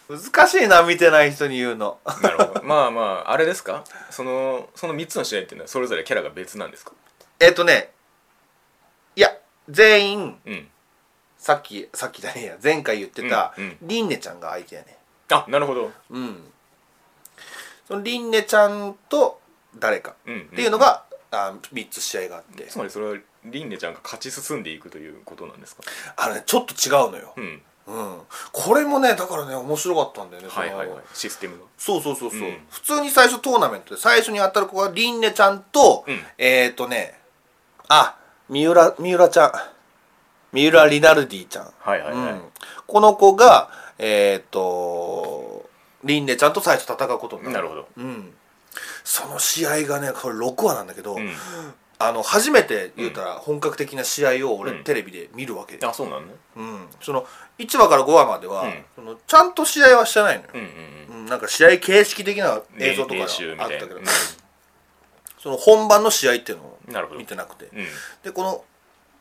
S2: 難しいな見てない人に言うの
S1: なるほどまあまああれですかそのその3つの試合っていうのはそれぞれキャラが別なんですか
S2: えっとねいや全員
S1: うん
S2: さっきさっきじゃねえや前回言ってた、
S1: うんうん
S2: りんねちゃんが相手やね
S1: あなるほど
S2: うんそのりんねちゃんと誰か
S1: うん
S2: っていうのが、あ3つ試合があって
S1: つまりそれはリンネちゃんが勝ち進んでいくということなんですか
S2: あのねちょっと違うのよ、
S1: うん
S2: うん、これもねだからね面白かったんだよね
S1: はいはい
S2: そ
S1: はい
S2: の
S1: システムの
S2: そうそうそうそう、
S1: うん
S2: 普通に最初トーナメントで最初に当たる子がりんねちゃんと、
S1: うん
S2: えっ、ー、とねあ三浦三浦ちゃん三浦リナルディちゃん、
S1: はいはいはい
S2: うんこの子がえっ、と輪廻ちゃんと最初戦うことになる
S1: なるほど
S2: うん、その試合がねこれ6話なんだけど、
S1: うん
S2: あの初めて言うたら本格的な試合を俺
S1: うん
S2: テレビで見るわけで、
S1: あそうなのね
S2: うん、その1話から5話までは、
S1: うん
S2: そのちゃんと試合はしてないのよ、
S1: うんうんうん
S2: うんなんか試合形式的な映像とかが
S1: 練
S2: あったけ
S1: 習み
S2: ど
S1: たいな
S2: その本番の試合っていうのを
S1: うんなるほど
S2: 見てなくて
S1: うん
S2: でこの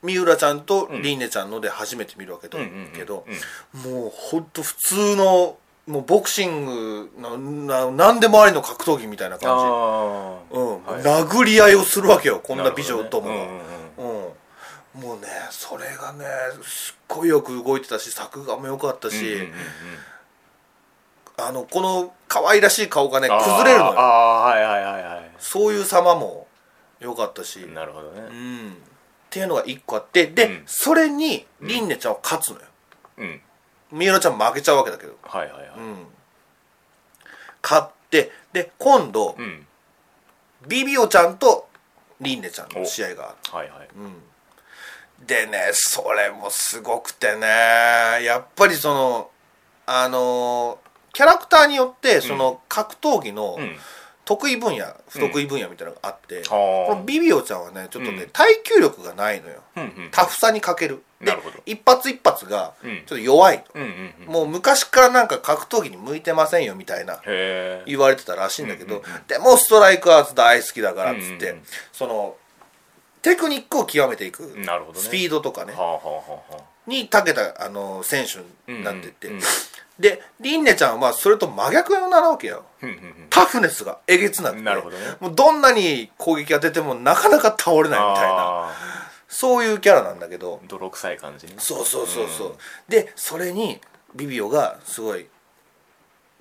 S2: 三浦ちゃんと
S1: うん
S2: 輪廻ちゃんので初めて見るわけだ
S1: うんうんうん
S2: けど
S1: うん
S2: もうほんと普通のもうボクシングのな何でもありの格闘技みたいな
S1: あ
S2: 感じ、
S1: ー
S2: うん
S1: はい
S2: 殴り合いをするわけよこんな美女とも、
S1: なるほどねうんうんうん
S2: うん、もうねそれがねすっごいよく動いてたし作画も良かったし、
S1: うんうんうんうん
S2: あのこの可愛らしい顔がね
S1: あー
S2: 崩れるのよ
S1: あーはいはいはいは
S2: そういう様も良かったし、
S1: いなるほど
S2: う
S1: ね
S2: ん、っていうのが一個あってで、
S1: うん
S2: それに輪廻ちゃんは勝つのよ
S1: うん
S2: 三浦ちゃん負けちゃうわけだけど、
S1: はいはいはい
S2: うん、勝ってで今度、
S1: うん
S2: ビビオちゃんと輪廻ちゃんの試合があって
S1: はいはい
S2: うん、でねそれもすごくてねやっぱりそのあのキャラクターによってその格闘技の
S1: うん
S2: 得意分野、不得意分野みたいなのがあって、この
S1: は
S2: ビビオちゃんはねちょっとね、
S1: うん
S2: 耐久力がないのよ
S1: あうんうん
S2: タフさに欠けるで
S1: なるほど
S2: 一発一発が
S1: うん
S2: ちょっと弱いと、
S1: うんうんうん
S2: もう昔からなんか格闘技に向いてませんよみたいな
S1: へえ
S2: 言われてたらしいんだけど、
S1: うんうんうん
S2: でもストライクアーツ大好きだからっつって、
S1: うんうんうん
S2: そのテクニックを極めていく、
S1: なるほどね
S2: スピードとかね
S1: はあはあは
S2: に長けたあの選手に
S1: あ
S2: なってって、
S1: うん
S2: でりんねちゃんはそれと真逆なわけよ
S1: うんうん
S2: タフネスがえげつなくて
S1: なるほどね
S2: もうどんなに攻撃が出てもなかなか倒れないみたいな
S1: あ
S2: そういうキャラなんだけど
S1: ー泥臭い感じね
S2: そうそうそうそう、
S1: うん
S2: でそれにビビオがすごい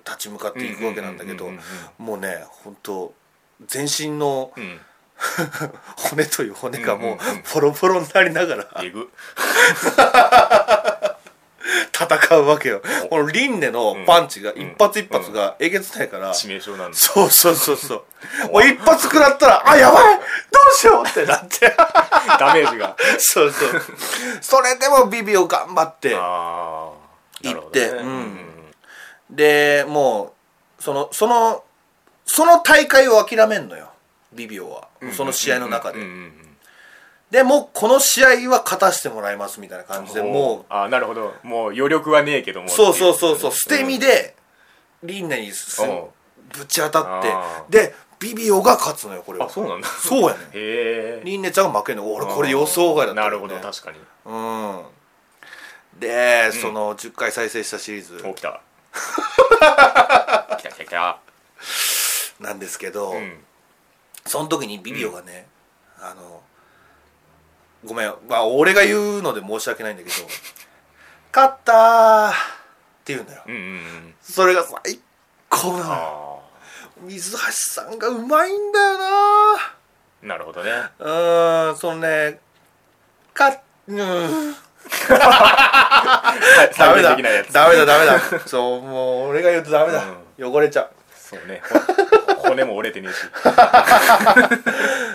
S2: 立ち向かっていくわけなんだけ
S1: う
S2: ど
S1: んうんうん
S2: もうね本当全身の
S1: うんうん
S2: 骨という骨がもう
S1: うんうんうん
S2: ボロボロになりながら
S1: えぐ
S2: 戦うわけよこの輪廻のパンチが
S1: うん
S2: 一発一発がえげつないから
S1: 致命傷なんだ
S2: そうそうそうそうもう一発食らったらあやばいどうしようってなって
S1: ダメージが
S2: そうそうそれでもビビを頑張って
S1: ああなるほど
S2: 行って
S1: ね
S2: う
S1: うんん
S2: でもうそのそのその大会を諦めんのよビビオは
S1: うん
S2: その試合の中
S1: うんうん
S2: で
S1: うん
S2: でもうこの試合は勝たせてもらいますみたいな感じでもう
S1: ああなるほどもう余力はねえけども
S2: そうそうそうそう捨て身
S1: で
S2: でリンネにす
S1: おう
S2: ぶち当た
S1: あ
S2: ってでビビオが勝つのよこれは
S1: あそうなんだ
S2: そうやねん
S1: へえ
S2: リンネちゃんが負けんの俺これ予想外だった
S1: な
S2: よ
S1: るほ
S2: ね
S1: ど確かに
S2: うんでその10回再生したシリーズ
S1: 起き た来た来た来た
S2: なんですけど、
S1: うん
S2: その時にビビオがね、あのごめん、まあ、俺が言うので申し訳ないんだけど 「勝ったー!」って言うんだよ
S1: うんうんうん
S2: それが最高なのよ
S1: あ
S2: 水橋さんがうまいんだよな
S1: あなるほどね
S2: うーんそのねかうーんダメだダ
S1: 再現で
S2: メ
S1: きないや
S2: だ
S1: つ
S2: ダメだそうもう俺が言うとダメだ、汚れちゃ
S1: そうねほ 骨も折れてねえし
S2: う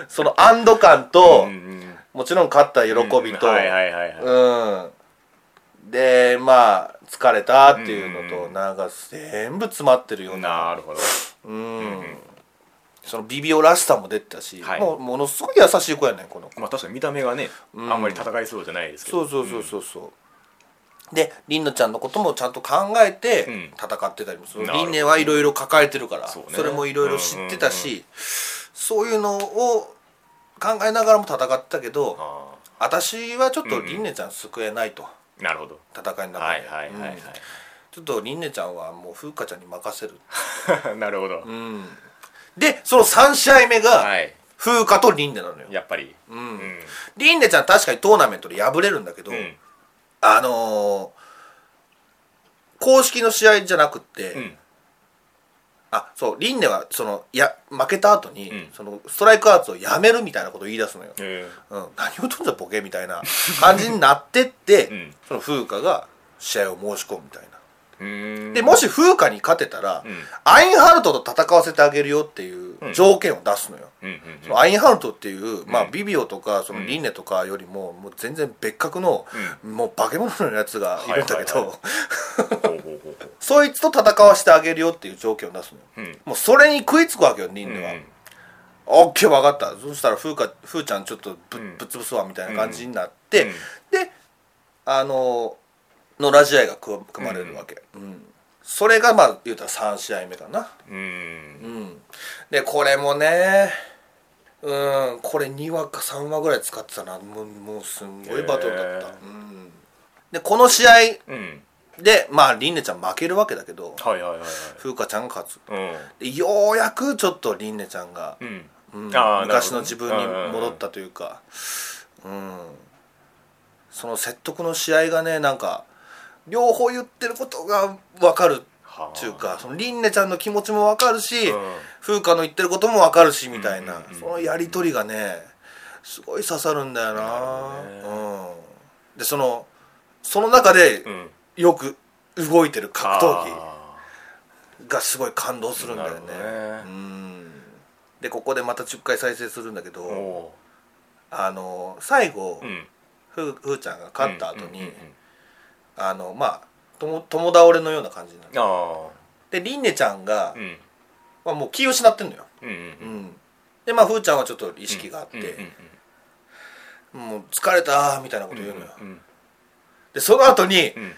S2: その安堵感と、
S1: うんうん
S2: もちろん勝った喜びと、
S1: はいはいはいはい
S2: うんでまあ疲れたっていうのと、
S1: うん
S2: なんか全部詰まってるような
S1: なるほど
S2: うん、
S1: ん
S2: そのビビオらしさも出てたし、
S1: はい
S2: もうものすごい優しい子やねんこの子
S1: まあ確かに見た目がね
S2: ん
S1: あんまり戦いそうじゃないですけ
S2: そ
S1: ど
S2: うそうそうそうそう、でりんのちゃんのこともちゃんと考え
S1: う
S2: て
S1: ん
S2: 戦ってたりもする
S1: なるほ
S2: り
S1: ど
S2: んねはいろいろ抱えてるからそ,、
S1: そうね
S2: れもいろいろ知ってたし、そういうのを考えながらも戦ってたけど
S1: あ
S2: 私はちょっとりんねちゃん救えないと
S1: あなるほど
S2: 戦いの中で、
S1: はいはいはい
S2: うんちょっとりんねちゃんはもう風花ちゃんに任せる、
S1: はい なるほど
S2: うん、でその3試合目が
S1: はい
S2: 風花とりんねなのよ
S1: やっぱりうんん
S2: りんねちゃん確かにトーナメントで敗れるんだけど、
S1: うん
S2: あのー公式の試合じゃなくって、
S1: うん
S2: あそうリンネはそのや負けた後に、
S1: うん
S2: そのストライクアーツをやめるみたいなことを言い出すのよ、
S1: え
S2: うん、何をとんじゃボケみたいな感じになってって、
S1: うん
S2: その風花が試合を申し込むみたいな
S1: えうーん
S2: でもし風花に勝てたら、
S1: うん
S2: アインハルトと戦わせてあげるよっていう条件を出すのよ、
S1: うんうんう
S2: そ
S1: ん
S2: のアインハルトっていう、まあ、
S1: うん
S2: ビビオとかそのリンネとかよりももう全然別格の、もう化け物のやつがいるんだけど、
S1: はいはいはいほうほうほうほう
S2: そいつと戦わせてあげるよっていう条件を出すのよ
S1: うん
S2: もうそれに食いつくわけよリンネは、
S1: うん
S2: オッケー分かったそしたら風花風ちゃんちょっとぶ,、
S1: うん
S2: ぶっ潰すわみたいな感じになって、
S1: うん
S2: であののら試合が組組まれるわけ、うんそれがまあ言うたら3試合目かな、
S1: う
S2: うんん、でこれもねうんこれ2話か3話ぐらい使ってたなもうもうすんごいバトルだった、
S1: へ
S2: うん、でこの試合
S1: うん
S2: でまありんねちゃん負けるわけだけど
S1: はいはいはいはい
S2: 風花ちゃんが勝つ
S1: うん
S2: でようやくちょっとりんねちゃんが
S1: うん
S2: うん
S1: あー
S2: 昔の
S1: な
S2: 自
S1: るほ
S2: 分
S1: ど
S2: に戻ったというか、うん、その説得の試合がねなんか両方言ってることが分かる
S1: はあ
S2: っていうかそのりんねちゃんの気持ちも分かるし、
S1: うん
S2: 風花の言ってることも分かるしみたいな、
S1: うんうんうんうん
S2: そのやり取りがねすごい刺さるんだよな
S1: なる
S2: うん、でそのその中で
S1: うん
S2: よく動いてる格闘技、
S1: あ
S2: がすごい感動するんだよね
S1: なるほどね
S2: うんでここでまた10回再生するんだけ
S1: ー
S2: ど
S1: お
S2: あの最後、
S1: ーうん
S2: ふふーちゃんが勝った
S1: う
S2: 後に、
S1: んうんうん
S2: あのまあ友友倒れのような感じになる
S1: あ
S2: でりんねちゃんが、
S1: あうん
S2: まあ、もう気を失ってんのよ、
S1: うんうん
S2: う
S1: うん
S2: ん、でまあふーちゃんはちょっと意識があって、
S1: うんうん
S2: もう疲れたーみたいなこと
S1: うん
S2: 言うのよ、
S1: うん
S2: でその後に
S1: うん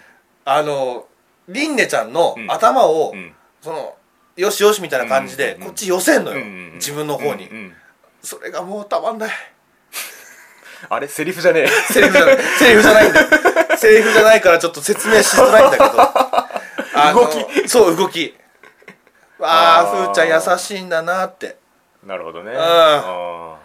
S2: あのりんねちゃんの
S1: うん
S2: 頭を、
S1: うん
S2: そのよしよしみたいな感じで、
S1: うんうん
S2: こっち寄せんのよ、
S1: うんうんうん
S2: 自分の方に、
S1: うんうん
S2: それがもうたまんない
S1: あれセリフじゃねえ
S2: セリフじゃない。セリフじゃないんだよ。セリフじゃないからちょっと説明しづらいんだけど。あの
S1: 動き
S2: そう、動き。ああ、
S1: あー
S2: ふーちゃん優しいんだなって。
S1: なるほどね
S2: あ
S1: あ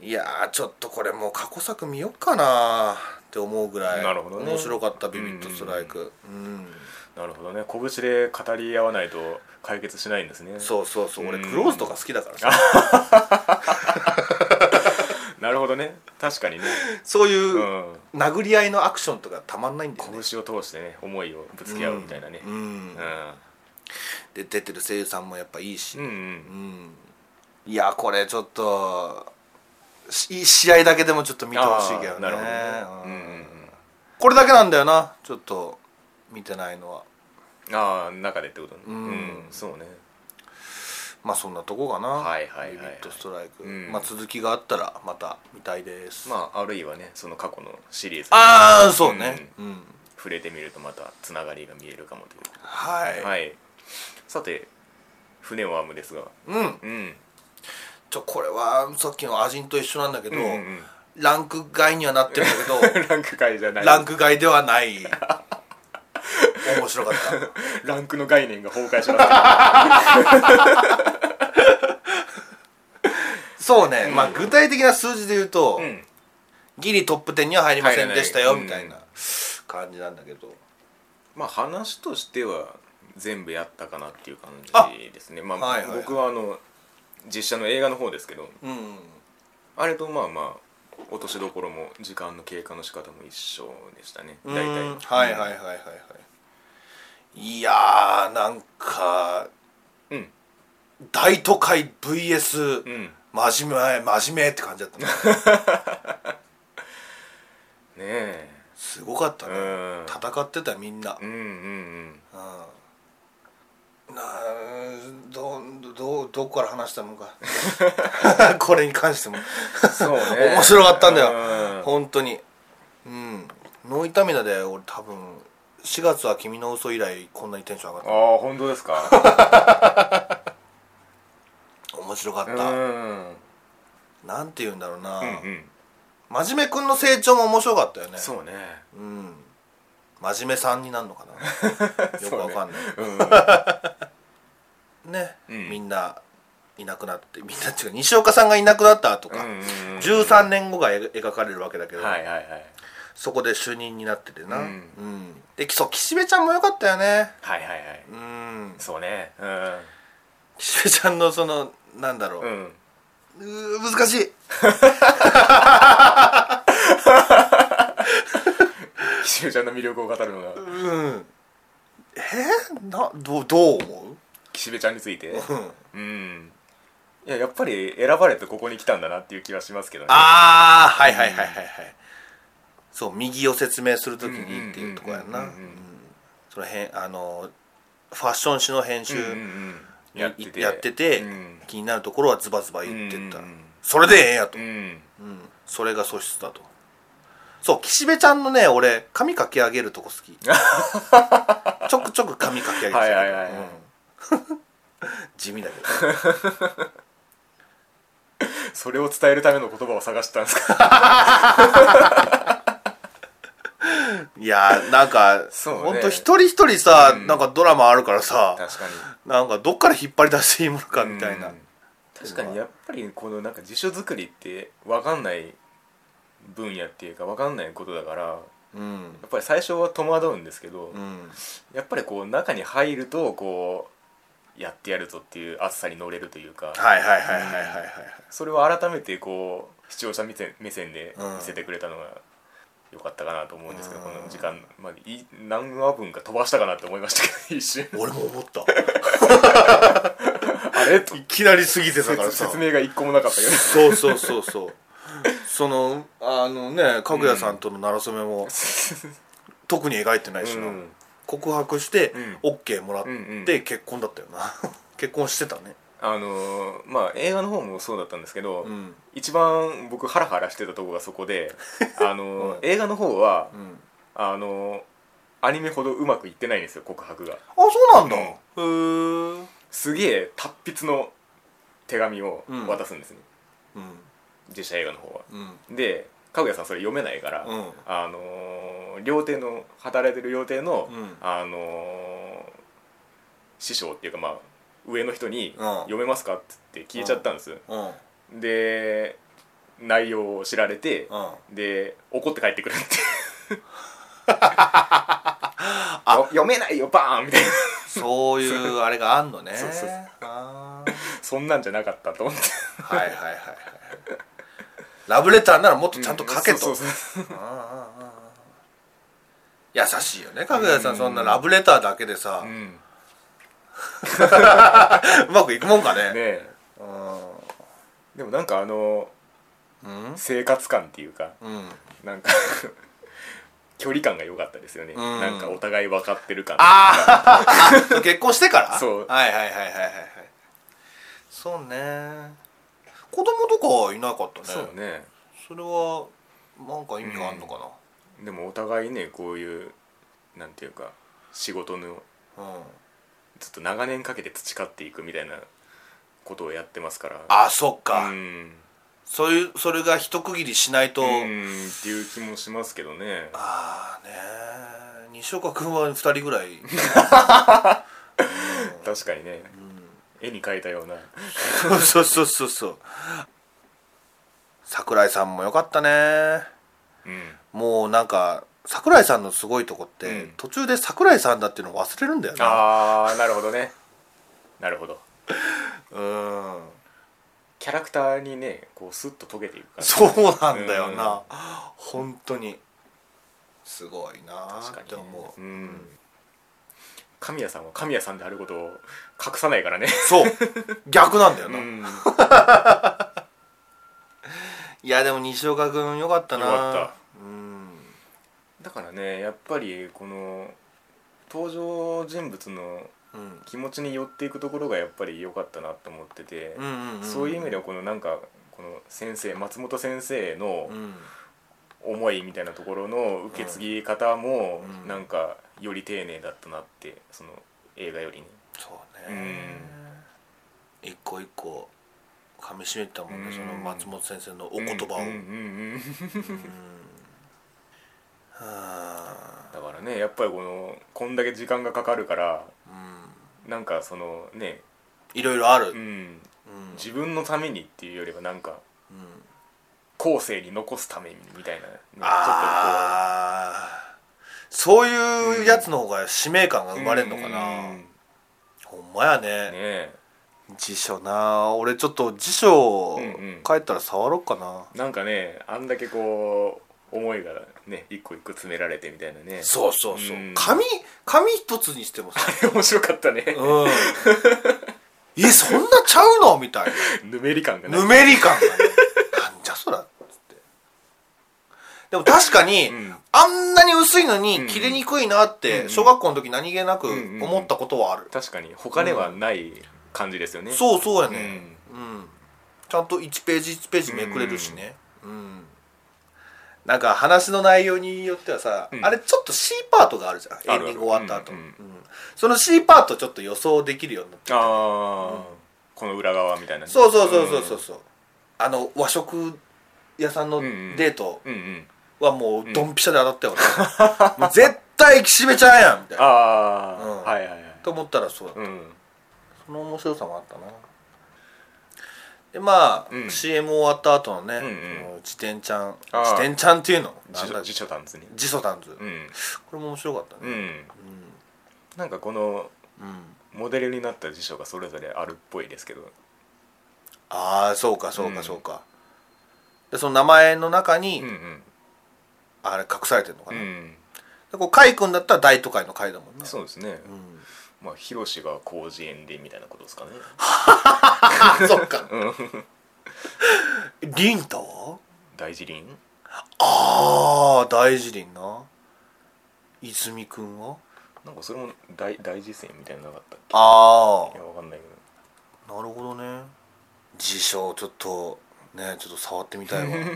S1: ー
S2: いやー、ちょっとこれもう過去作見よっかなーって思うぐらい。
S1: なるほどね
S2: 面白かった、ビビットストライク。うん。
S1: なるほどね拳で語り合わないと解決しないんですね
S2: そうそうそう。俺、
S1: うん
S2: クローズとか好きだからさ。
S1: なるほどね確かにね
S2: そういうう、
S1: ん
S2: 殴り合いのアクションとかたまんないんだよね。
S1: 拳を通してね思いをぶつけ合うみたいなね
S2: うんうん
S1: う。ん
S2: で、出てる声優さんもやっぱいいし
S1: う。ん
S2: うんいやこれちょっとしいい試合だけでもちょっと見てほしいけどね
S1: あーなるほどね
S2: う
S1: うんんうんうん
S2: これだけなんだよなちょっと見てないのは
S1: ああ中でってことね
S2: うん
S1: うんそうね
S2: まあそんなとこかな
S1: はいはいはいはい
S2: ビビットストライク、
S1: うん
S2: まあ続きがあったらまた見たいです、
S1: まああるいはねその過去のシリーズに
S2: ああそうねうん、
S1: 触れてみるとまたつながりが見えるかもという
S2: はい、
S1: はいさて船を編むですが
S2: うん
S1: うん
S2: ちょこれはさっきのアジンと一緒なんだけど、
S1: うんうん
S2: ランク外にはなってるんだけど
S1: ランク外じゃない
S2: ランク外ではない面白かっ た
S1: ランクの概念が崩壊しま
S2: そうね、まあ具体的な数字で言うと、
S1: す ね
S2: ギリトップ10には入りませんでしたよ
S1: 入らない
S2: みたいな感じなんだけど、
S1: まあ話としては全部やったかなっていう感じですねまあ、
S2: はいはいはい
S1: 僕はあの実写の映画の方ですけど
S2: うん、
S1: あれとまあまあ落としどころも時間の経過の仕方も一緒でしたね大体
S2: うんはいはいはいはいはいいやーなんか
S1: うん
S2: 大都会 VS
S1: うん、ね
S2: 真面目真面目って感じだったな
S1: え
S2: すごかった
S1: う
S2: ね、
S1: ん
S2: 戦ってたよみんな、
S1: うんう ん
S2: うんなーどどどこから話したもんか これに関しても
S1: うんそうね
S2: 面白かったんだ
S1: うん
S2: よ本当にうんノイタミナで俺多分4月は君の嘘以来こんなにテンション上がっ
S1: ああ本当です か
S2: た面白か
S1: う
S2: っ
S1: ん
S2: た
S1: うん
S2: なんて言うんだろうな、
S1: うん
S2: 真面目くんの成長も面白かったよね
S1: そうね
S2: う、ん、真面目さんになるのか なよくわかんない
S1: うん
S2: ね、
S1: うん
S2: みんないなくなってみんなっていうか西岡さんがいなくなったとか、
S1: うんうんうん
S2: 13年後が描描かれるわけだけど、
S1: はいはいはい
S2: そこで主任になっててな、う
S1: うんん
S2: でそう岸辺ちゃんもよかったよね
S1: はいはいはい
S2: うん
S1: そうねうん
S2: 岸辺ちゃんのそのなんだろ
S1: う
S2: う,、
S1: ん
S2: うー難しい
S1: 岸辺ちゃんの魅力を語るのが
S2: うんえー、などうどう思う
S1: 岸辺ちゃんについて
S2: うん
S1: うんいややっぱり選ばれてここに来たんだなっていう気はしますけどね
S2: ああはいはいはいはいはいそう右を説明するときにっていうとこやな
S1: うんうんうんうん
S2: うんそのへんあのファッション誌の編集
S1: うんうんうん
S2: やってて,、
S1: うん
S2: 気になるところはズバズバ言ってった、
S1: うんうんうん
S2: それでええんやと、
S1: うん
S2: うんそれが素質だとそう岸辺ちゃんのね俺髪かき上げるとこ好 きちょくちょく髪かき上げてた
S1: はいはいはいはい
S2: うん地味だけど
S1: それを伝えるための言葉を探したんですか
S2: いやーなんか、
S1: そうね
S2: ほんと一人一人さ、
S1: うん
S2: なんかドラマあるからさ
S1: 確かに
S2: なんかどっから引っ張り出していいものかみたいな、
S1: うん確かにやっぱりこのなんか辞書作りって分かんない分野っていうか分かんないことだからや
S2: うん
S1: っぱり最初は戸惑うんですけど、
S2: うん
S1: やっぱりこう中に入るとこうやってやるぞっていう熱さに乗れるというか、
S2: はいはいはいはいはいはい
S1: それを改めてこう視聴者目線目線で
S2: うん
S1: 見せてくれたのが良かったかなと思うんですけど、
S2: うん
S1: この時間、まあ、い何話分か飛ばしたかなって思いましたけど一 瞬
S2: 俺も思った
S1: あれと
S2: いきなり過ぎてたから
S1: 説
S2: さ
S1: 説明が一個もなかったけど
S2: そうそうそうそうそのあのねかぐやさんとのならそめも、特に描いてないしな、
S1: うん
S2: 告白して
S1: うん、
S2: OK もらっ
S1: うんうん
S2: て結婚だったよな 結婚してたね
S1: あのーまあ映画の方もそうだったんですけど、
S2: うん
S1: 一番僕ハラハラしてたとこがそこ であのー
S2: うん
S1: 映画の方は
S2: うん
S1: あのーアニメほどうまくいってないんですよ告白が
S2: あそうなんだ、
S1: うん
S2: へー
S1: すげえ達筆の手紙を渡すんですね、
S2: うん
S1: 実写映画の方は
S2: うん
S1: でかぐやさんそれ読めないから、
S2: うん
S1: あのー料亭の働いてる料亭の、
S2: うん
S1: あのー師匠っていうかまあ上の人に
S2: うん
S1: 「読めますか?」って聞いちゃったんです、
S2: うん
S1: で内容を知られて、
S2: うん
S1: で怒って帰ってくるってあ読めない よバーンみたいな
S2: そういうあれがあんの ね
S1: そうそうそう
S2: あ
S1: そんなんじゃなかったと思って
S2: ーはいはいはいはいラブレターならもっとちゃんと書けと、
S1: そうそうそう
S2: あーあーあーあー優しいよねかぐやさん
S1: うん
S2: そんなラブレターだけでさ、
S1: う
S2: うん
S1: ね
S2: まくいくもんかね
S1: え
S2: うん
S1: でもなんかあの
S2: うん
S1: 生活感っていうか
S2: うん
S1: なんか 距離感が良かったですよね、
S2: ん
S1: なんかお互い分かってる感
S2: ああ結婚してから
S1: そう
S2: はいはいはいはいはいはいそうね子供とかはいなかったね
S1: そうね
S2: それはなんか意味があるのか
S1: でもお互いねこういうなんていうか仕事の
S2: なうん、
S1: ずっと長年かけて培っていくみたいなことをやってますから
S2: あそっ
S1: う
S2: か、
S1: ん
S2: そういうそれが一区切りしないと、
S1: うんっていう気もしますけどね
S2: ああね西岡君は2人ぐらい
S1: 確かにね、絵に描いたような
S2: そうそうそうそうそう桜井さんもよかったね
S1: うん
S2: もうなんか桜井さんのすごいとこって、
S1: うん
S2: 途中で桜井さんだっていうのを忘れるんだよね
S1: あーなるほどねなるほど
S2: うん
S1: キャラクターにねこうスッと溶けていく感じ
S2: そうなんだよな、
S1: うん
S2: 本当にすごいなーって
S1: 確かにね
S2: 思う、
S1: うん神谷さんは神谷さんであることを隠さないからね、
S2: そう逆なんだよな、い
S1: よ
S2: やでも西岡君よかったな
S1: よか
S2: ったうん
S1: だからねやっぱりこの登場人物の
S2: うん
S1: 気持ちに寄っていくところがやっぱり良かったなと思ってて、
S2: うんうんん
S1: そういう意味ではこのなんかこの先生松本先生の
S2: うん
S1: 思いみたいなところの受け継ぎ方も
S2: うん
S1: なんかより丁寧だったなってその映画よりね
S2: そうね、一個一個噛み締めてたもんね、
S1: うん
S2: その松本先生のお言葉を、
S1: うんうんうんうん
S2: は
S1: だからねやっぱりこのこんだけ時間がかかるから
S2: あうん
S1: なんかそのね、
S2: いろいろある、う
S1: うんん、自分のためにっていうよりはなんか
S2: うん
S1: 後世に残すためにみたいなね
S2: ああそういうやつの方が使命感が生まれるのかな、
S1: うんね
S2: ほんまやね
S1: え
S2: 辞書な俺ちょっと辞書
S1: うんうん
S2: 帰ったら触ろっかな、
S1: なんかねあんだけこう思いがね一個一個詰められてみたいなね
S2: そうそうそう、
S1: うん
S2: 紙紙一つにし てもさ
S1: 面白かったね
S2: うんえそんなちゃうのみたい
S1: ぬめり感が
S2: な
S1: ね
S2: ぬめり感がねなんじゃそらっつってでも確かに、
S1: うん
S2: あんなに薄い
S1: うん
S2: の
S1: うん
S2: に切れにくいなって小学校の時何気なく思ったことはある、
S1: 確かに他ではない感じですよね、
S2: そうそうや
S1: う
S2: ね、
S1: ん
S2: うん、ちゃんと1ページ1ページめくれるしねうん、なんか話の内容によってはさ、
S1: うん
S2: あれちょっと C パートがあるじゃん
S1: あ
S2: エン
S1: る
S2: ディング終わった後、
S1: うんうん
S2: うんその C パートちょっと予想できるようになって
S1: ああ、この裏側みたいなね
S2: そうそうそうそうそうそうあの和食屋さんのデート
S1: うんうん
S2: はもうドンピシャで当たったよ、俺 もう絶対しめちゃうやんみたいな
S1: ああ、
S2: うん
S1: はいはいはい
S2: と思ったらそうだ
S1: うん
S2: その面白さもあったなでまあ、
S1: うん
S2: CM 終わった後のね、
S1: うんうん
S2: この自転ちゃん
S1: あー
S2: 自転ちゃんっていうのなん
S1: 辞
S2: だ
S1: 書辞書単図に
S2: ジソタンズ、こ
S1: うん
S2: れも面白かった
S1: う
S2: ね
S1: んなんかこの
S2: うん、
S1: モデルになった辞書がそれぞれあるっぽいですけど
S2: ああそうかそう
S1: う
S2: か
S1: ん
S2: そうか、でその名前の中に、
S1: うんうん
S2: あれ隠されてるのか
S1: う
S2: な、で
S1: ん
S2: こうカイ君だったら大都会のカイだもんね
S1: そうですね、
S2: ん
S1: まあヒロシが広辞苑でみたいなことですかね
S2: あそっか リンタは
S1: 大辞林
S2: ああ大辞林な泉くんは
S1: なんかそれも大大辞典みたいなのなかったっ
S2: ああ
S1: けいやわかんないけ
S2: なるほどね辞書をちょっとねちょっと触ってみ たいわ帰っ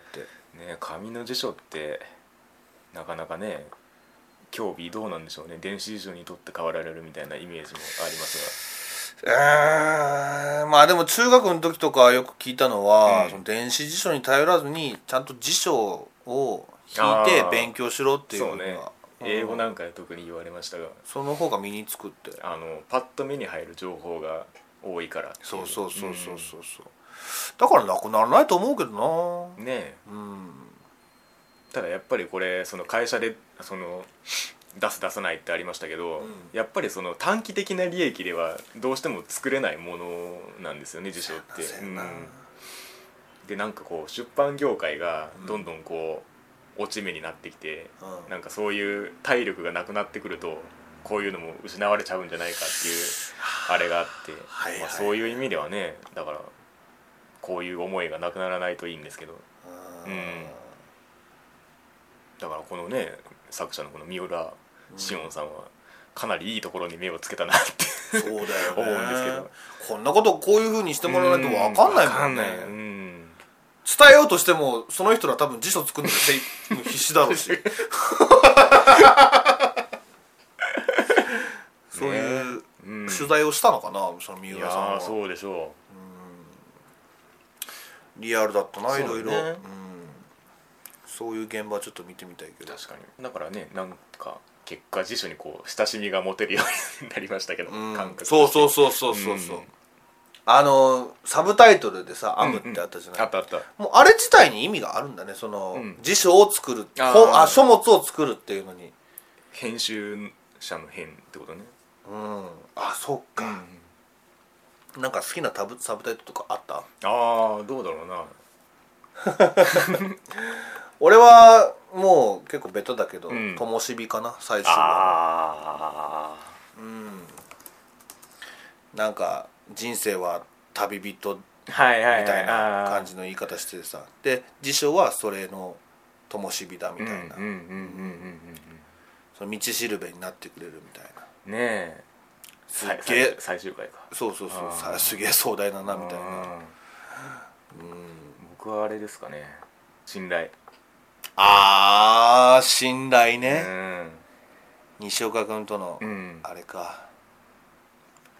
S2: て
S1: どねえ紙の辞書ってなかなかね興味どうなんでしょうね電子辞書にとって変わられるみたいなイメージもあります
S2: えー、まあでも中学の時とかよく聞いたのは、
S1: うん
S2: その電子辞書に頼らずにちゃんと辞書を引いて
S1: あー
S2: 勉強しろって
S1: が
S2: いう
S1: そ
S2: の
S1: う
S2: が
S1: ね英語
S2: うん
S1: なんかで特に言われましたが
S2: その方が身につくって
S1: あのパッと目に入る情報が多いからってい
S2: そうそうそうそうそうそうだからなくならないと思うけど
S1: うんねえ
S2: なうん
S1: ただやっぱりこれその会社でその出す出さないってありましたけど、
S2: ん
S1: やっぱりその短期的な利益ではどうしても作れないものなんですよね辞書って。
S2: せやな
S1: うんでなんかこう出版業界がどんどんこう落ち目になってきて、
S2: うん
S1: なんかそういう体力がなくなってくるとこういうのも失われちゃうんじゃないかっていうあれがあって、
S2: はいはい
S1: まあ、そういう意味ではねだからこういう思いがなくならないといいんですけど。
S2: う
S1: うんだからこのね作者のこの三浦紫音さんはかなりいいところに目をつけたなって
S2: そうだよね
S1: 思うんですけど
S2: こんなことをこう いうふうにしてもらわないと分かんないもんね
S1: わかないうん
S2: 伝えようとしてもその人ら多分辞書作るの精 一必死だろうしそういう
S1: うん
S2: 取材をしたのかな、その三
S1: い
S2: 浦
S1: や
S2: さん
S1: ー
S2: は
S1: そうでしょ
S2: リアルだったな
S1: そう
S2: い
S1: だね
S2: ろいろ、うん、そういう現場ちょっと見てみたいけ
S1: う
S2: ど
S1: 確かにだからねなんか結果辞書にこう親しみが持てるようになりましたけど、
S2: うん
S1: 感覚
S2: そうそうそうそうそうそう、
S1: うん
S2: あのサブタイトルでさ「アム」ってあったじゃない、
S1: あったあった
S2: もうあれ自体に意味があるんだねその、
S1: うん
S2: 辞書を作る
S1: あー
S2: 本あ書物を作るっていうのに
S1: 編集者の編ってことね
S2: うんあそっか、なんか好きなタブサブタイトルとかあった
S1: ああどうだろうな
S2: 俺はもう結構ベタだけど
S1: うん
S2: 「ともし火」かな最終話
S1: あ
S2: うんなんか「人生は旅人」
S1: あはいはいはい
S2: みたいな感
S1: じ
S2: じの言い方してさで辞書はそれの「ともし火」だみ
S1: み
S2: た
S1: たいな
S2: いな、
S1: うんうんうんうんうんうん
S2: その道しるべになってくれるみたいな
S1: ねえ
S2: す
S1: さ
S2: っげえ
S1: 最最終回か
S2: そうそうそう
S1: あー
S2: さすげえ壮大だなみたいな
S1: うん僕はあれですかね信頼
S2: あー信頼ね、
S1: ね
S2: 西岡君との
S1: うん、うん、
S2: あれか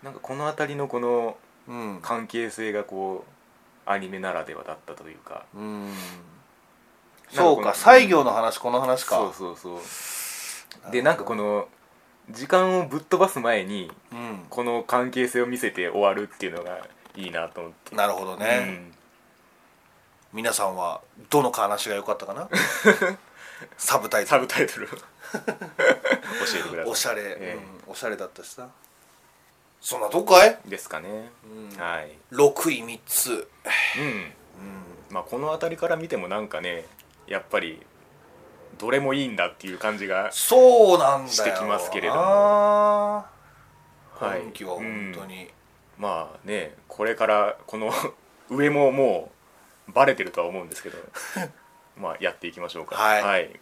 S1: なんかこの辺りのこの
S2: うん
S1: 関係性がこうアニメならではだったというか
S2: うん
S1: な
S2: そ
S1: んか
S2: う
S1: この
S2: か西行の話この話か
S1: そうそうそうでなんかこの時間をぶっ飛ばす前に
S2: うん
S1: この関係性を見せて終わるっていうのがいいなと思って
S2: なるほどね、皆さんはどの話が良かった かなサブタ
S1: う
S2: イ
S1: ん
S2: ト
S1: サ
S2: ル
S1: ブタイト ル教えてください
S2: おしゃれ、
S1: え
S2: うんおしゃれだったしさそんなとこかい
S1: えですかね、はい
S2: 6位3つ
S1: うん、まあこの辺りから見てもなんかねやっぱりどれもいいんだっていう感じが
S2: そうなんだよ
S1: してきますけれども
S2: も
S1: はい
S2: 今期は本当に、
S1: まあね これからこの上ももうバレてるとは思うんですけどまあ、やっていきましょうか
S2: はい